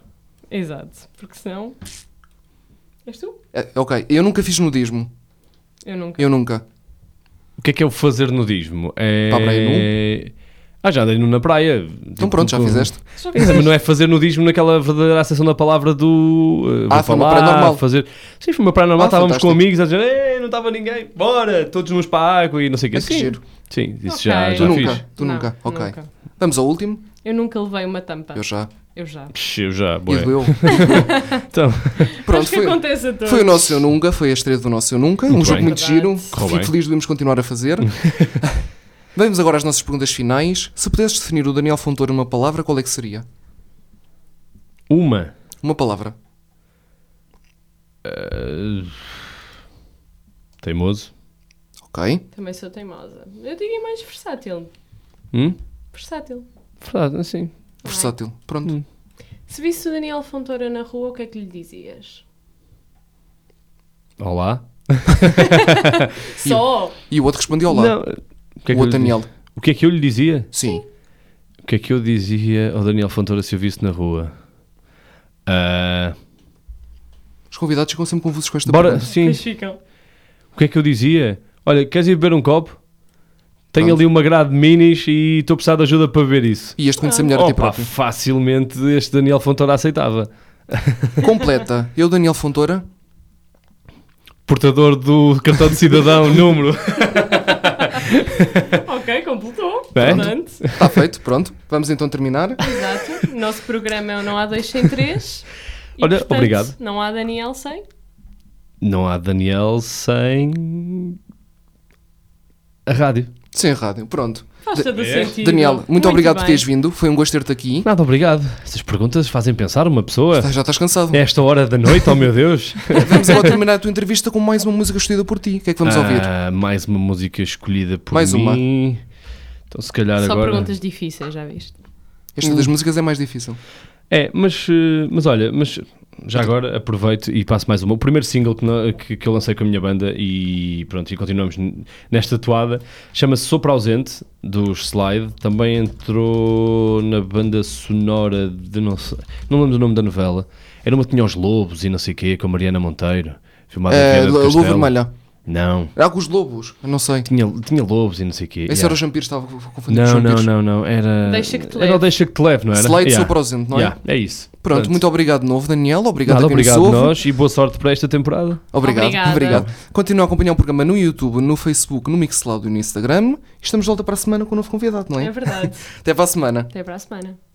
Exato. Porque senão. És tu?
É, ok. Eu nunca fiz nudismo.
Eu nunca.
Eu nunca.
O que é que é o fazer nudismo? É...
Para a praia
Ah, já andei nu na praia. Tipo,
Então pronto, já fizeste.
Já
Mas não é fazer nudismo naquela verdadeira acessão da palavra do. eh, vou
Ah, foi uma
falar,
praia normal.
Fazer... Sim, foi uma praia normal.
Ah,
Estávamos
fantástico.
com amigos a dizer, Ei, não estava ninguém, bora, todos uns para a água e não sei o quê.
Ah, que
Sim,
giro.
sim, isso
Ok.
já,
Tu
já
nunca.
fiz.
Tu
Não,
nunca. Ok.
nunca.
Vamos ao último.
Eu nunca levei uma tampa.
Eu já.
Eu já.
Psh, Eu já,
E
bué.
doeu.
Então,
Pronto,
Acho que
foi. um
acontece a todos.
Foi o nosso Eu Nunca, foi a estreia do nosso Eu Nunca, um
Muito
jogo
bem.
muito
Verdade.
giro,
Correu
fico
bem.
feliz de devemos continuar a fazer. Vamos agora às nossas perguntas finais. Se pudesses definir o Daniel Fontoura numa palavra, qual é que seria?
uma.
Uma palavra.
eh, Teimoso.
Ok.
Também sou teimosa. Eu diria mais versátil.
Hum?
Versátil.
Verdade, assim.
Versátil. Pronto.
Hum.
Se visse o Daniel Fontoura na rua, o que é que lhe dizias?
Olá.
Só!
E o outro respondeu olá.
Não, o
o
que é que eu lhe
outro Daniel.
dizia? O que é que eu lhe dizia?
Sim.
O que é que eu dizia ao Daniel Fontoura se eu visse na rua? Ah,
Os convidados ficam sempre confusos com esta
bora,
pergunta.
sim.
Pois ficam.
O que é que eu dizia? Olha, queres ir beber um copo? Tenho
Pronto.
ali uma grade de minis e estou a precisar de ajuda para beber isso.
E este conhecer melhor a ti
Ah. Opa,
próprio.
facilmente este Daniel Fontoura aceitava.
Completa. Eu, Daniel Fontoura,
Portador do cartão de cidadão, número.
Ok, completou.
Bem.
Portanto,
está feito, pronto. Vamos então terminar.
exato. O nosso programa é o Não Há Dois Sem Três. E,
Olha,
portanto,
obrigado.
Não há Daniel sem.
Não há Daniel sem a rádio.
Sem rádio, pronto.
Faz todo o sentido.
É? Daniel, muito, obrigado por
bem.
teres vindo. Foi um gosto ter-te aqui. Tá,
Nada, obrigado. Essas perguntas fazem pensar uma pessoa.
Já estás cansado.
A Esta hora da noite, oh meu Deus.
Vamos agora terminar a tua entrevista com mais uma música escolhida por ti. O que é que vamos ouvir?
Ah, mais uma música escolhida por
Mais uma.
mim. Então se calhar
Só
agora...
perguntas difíceis, já viste?
Esta das músicas é mais difícil.
É, mas, eh, mas olha, mas já agora aproveito e passo mais uma. O primeiro single que, nó- que, que eu lancei com a minha banda e pronto, e continuamos n- nesta toada. Chama-se Sopra Ausente, dos Slide. Também entrou na banda sonora de não sei, não lembro do nome da novela. Era uma que tinha os lobos e não sei o quê, com a Mariana Monteiro. Filmada em
É,
Viana do
Lua
Castelo.
Vermelha.
Não,
Era com os lobos? Eu não sei.
tinha, tinha lobos e não sei o quê.
Esse
yeah.
era o Jean Pires, estava confundido com
Não,
os
não,
Jean Pires.
não, não. Era.
Deixa que te
Era
leve.
o deixa que te leve, não era?
Slide Sopra Ausente, não é?
Yeah, É isso.
Pronto,
Portanto,
muito obrigado de novo, Daniel. Obrigado
Nada,
a quem nos
obrigado a
ouve.
nós e boa sorte para esta temporada.
Obrigado,
Obrigada.
obrigado. Continua a acompanhar o programa no YouTube, no Facebook, no Mixcloud e no Instagram. Estamos de volta para a semana com um novo convidado, não é?
É verdade.
Até para a semana.
Até para a semana.
um um um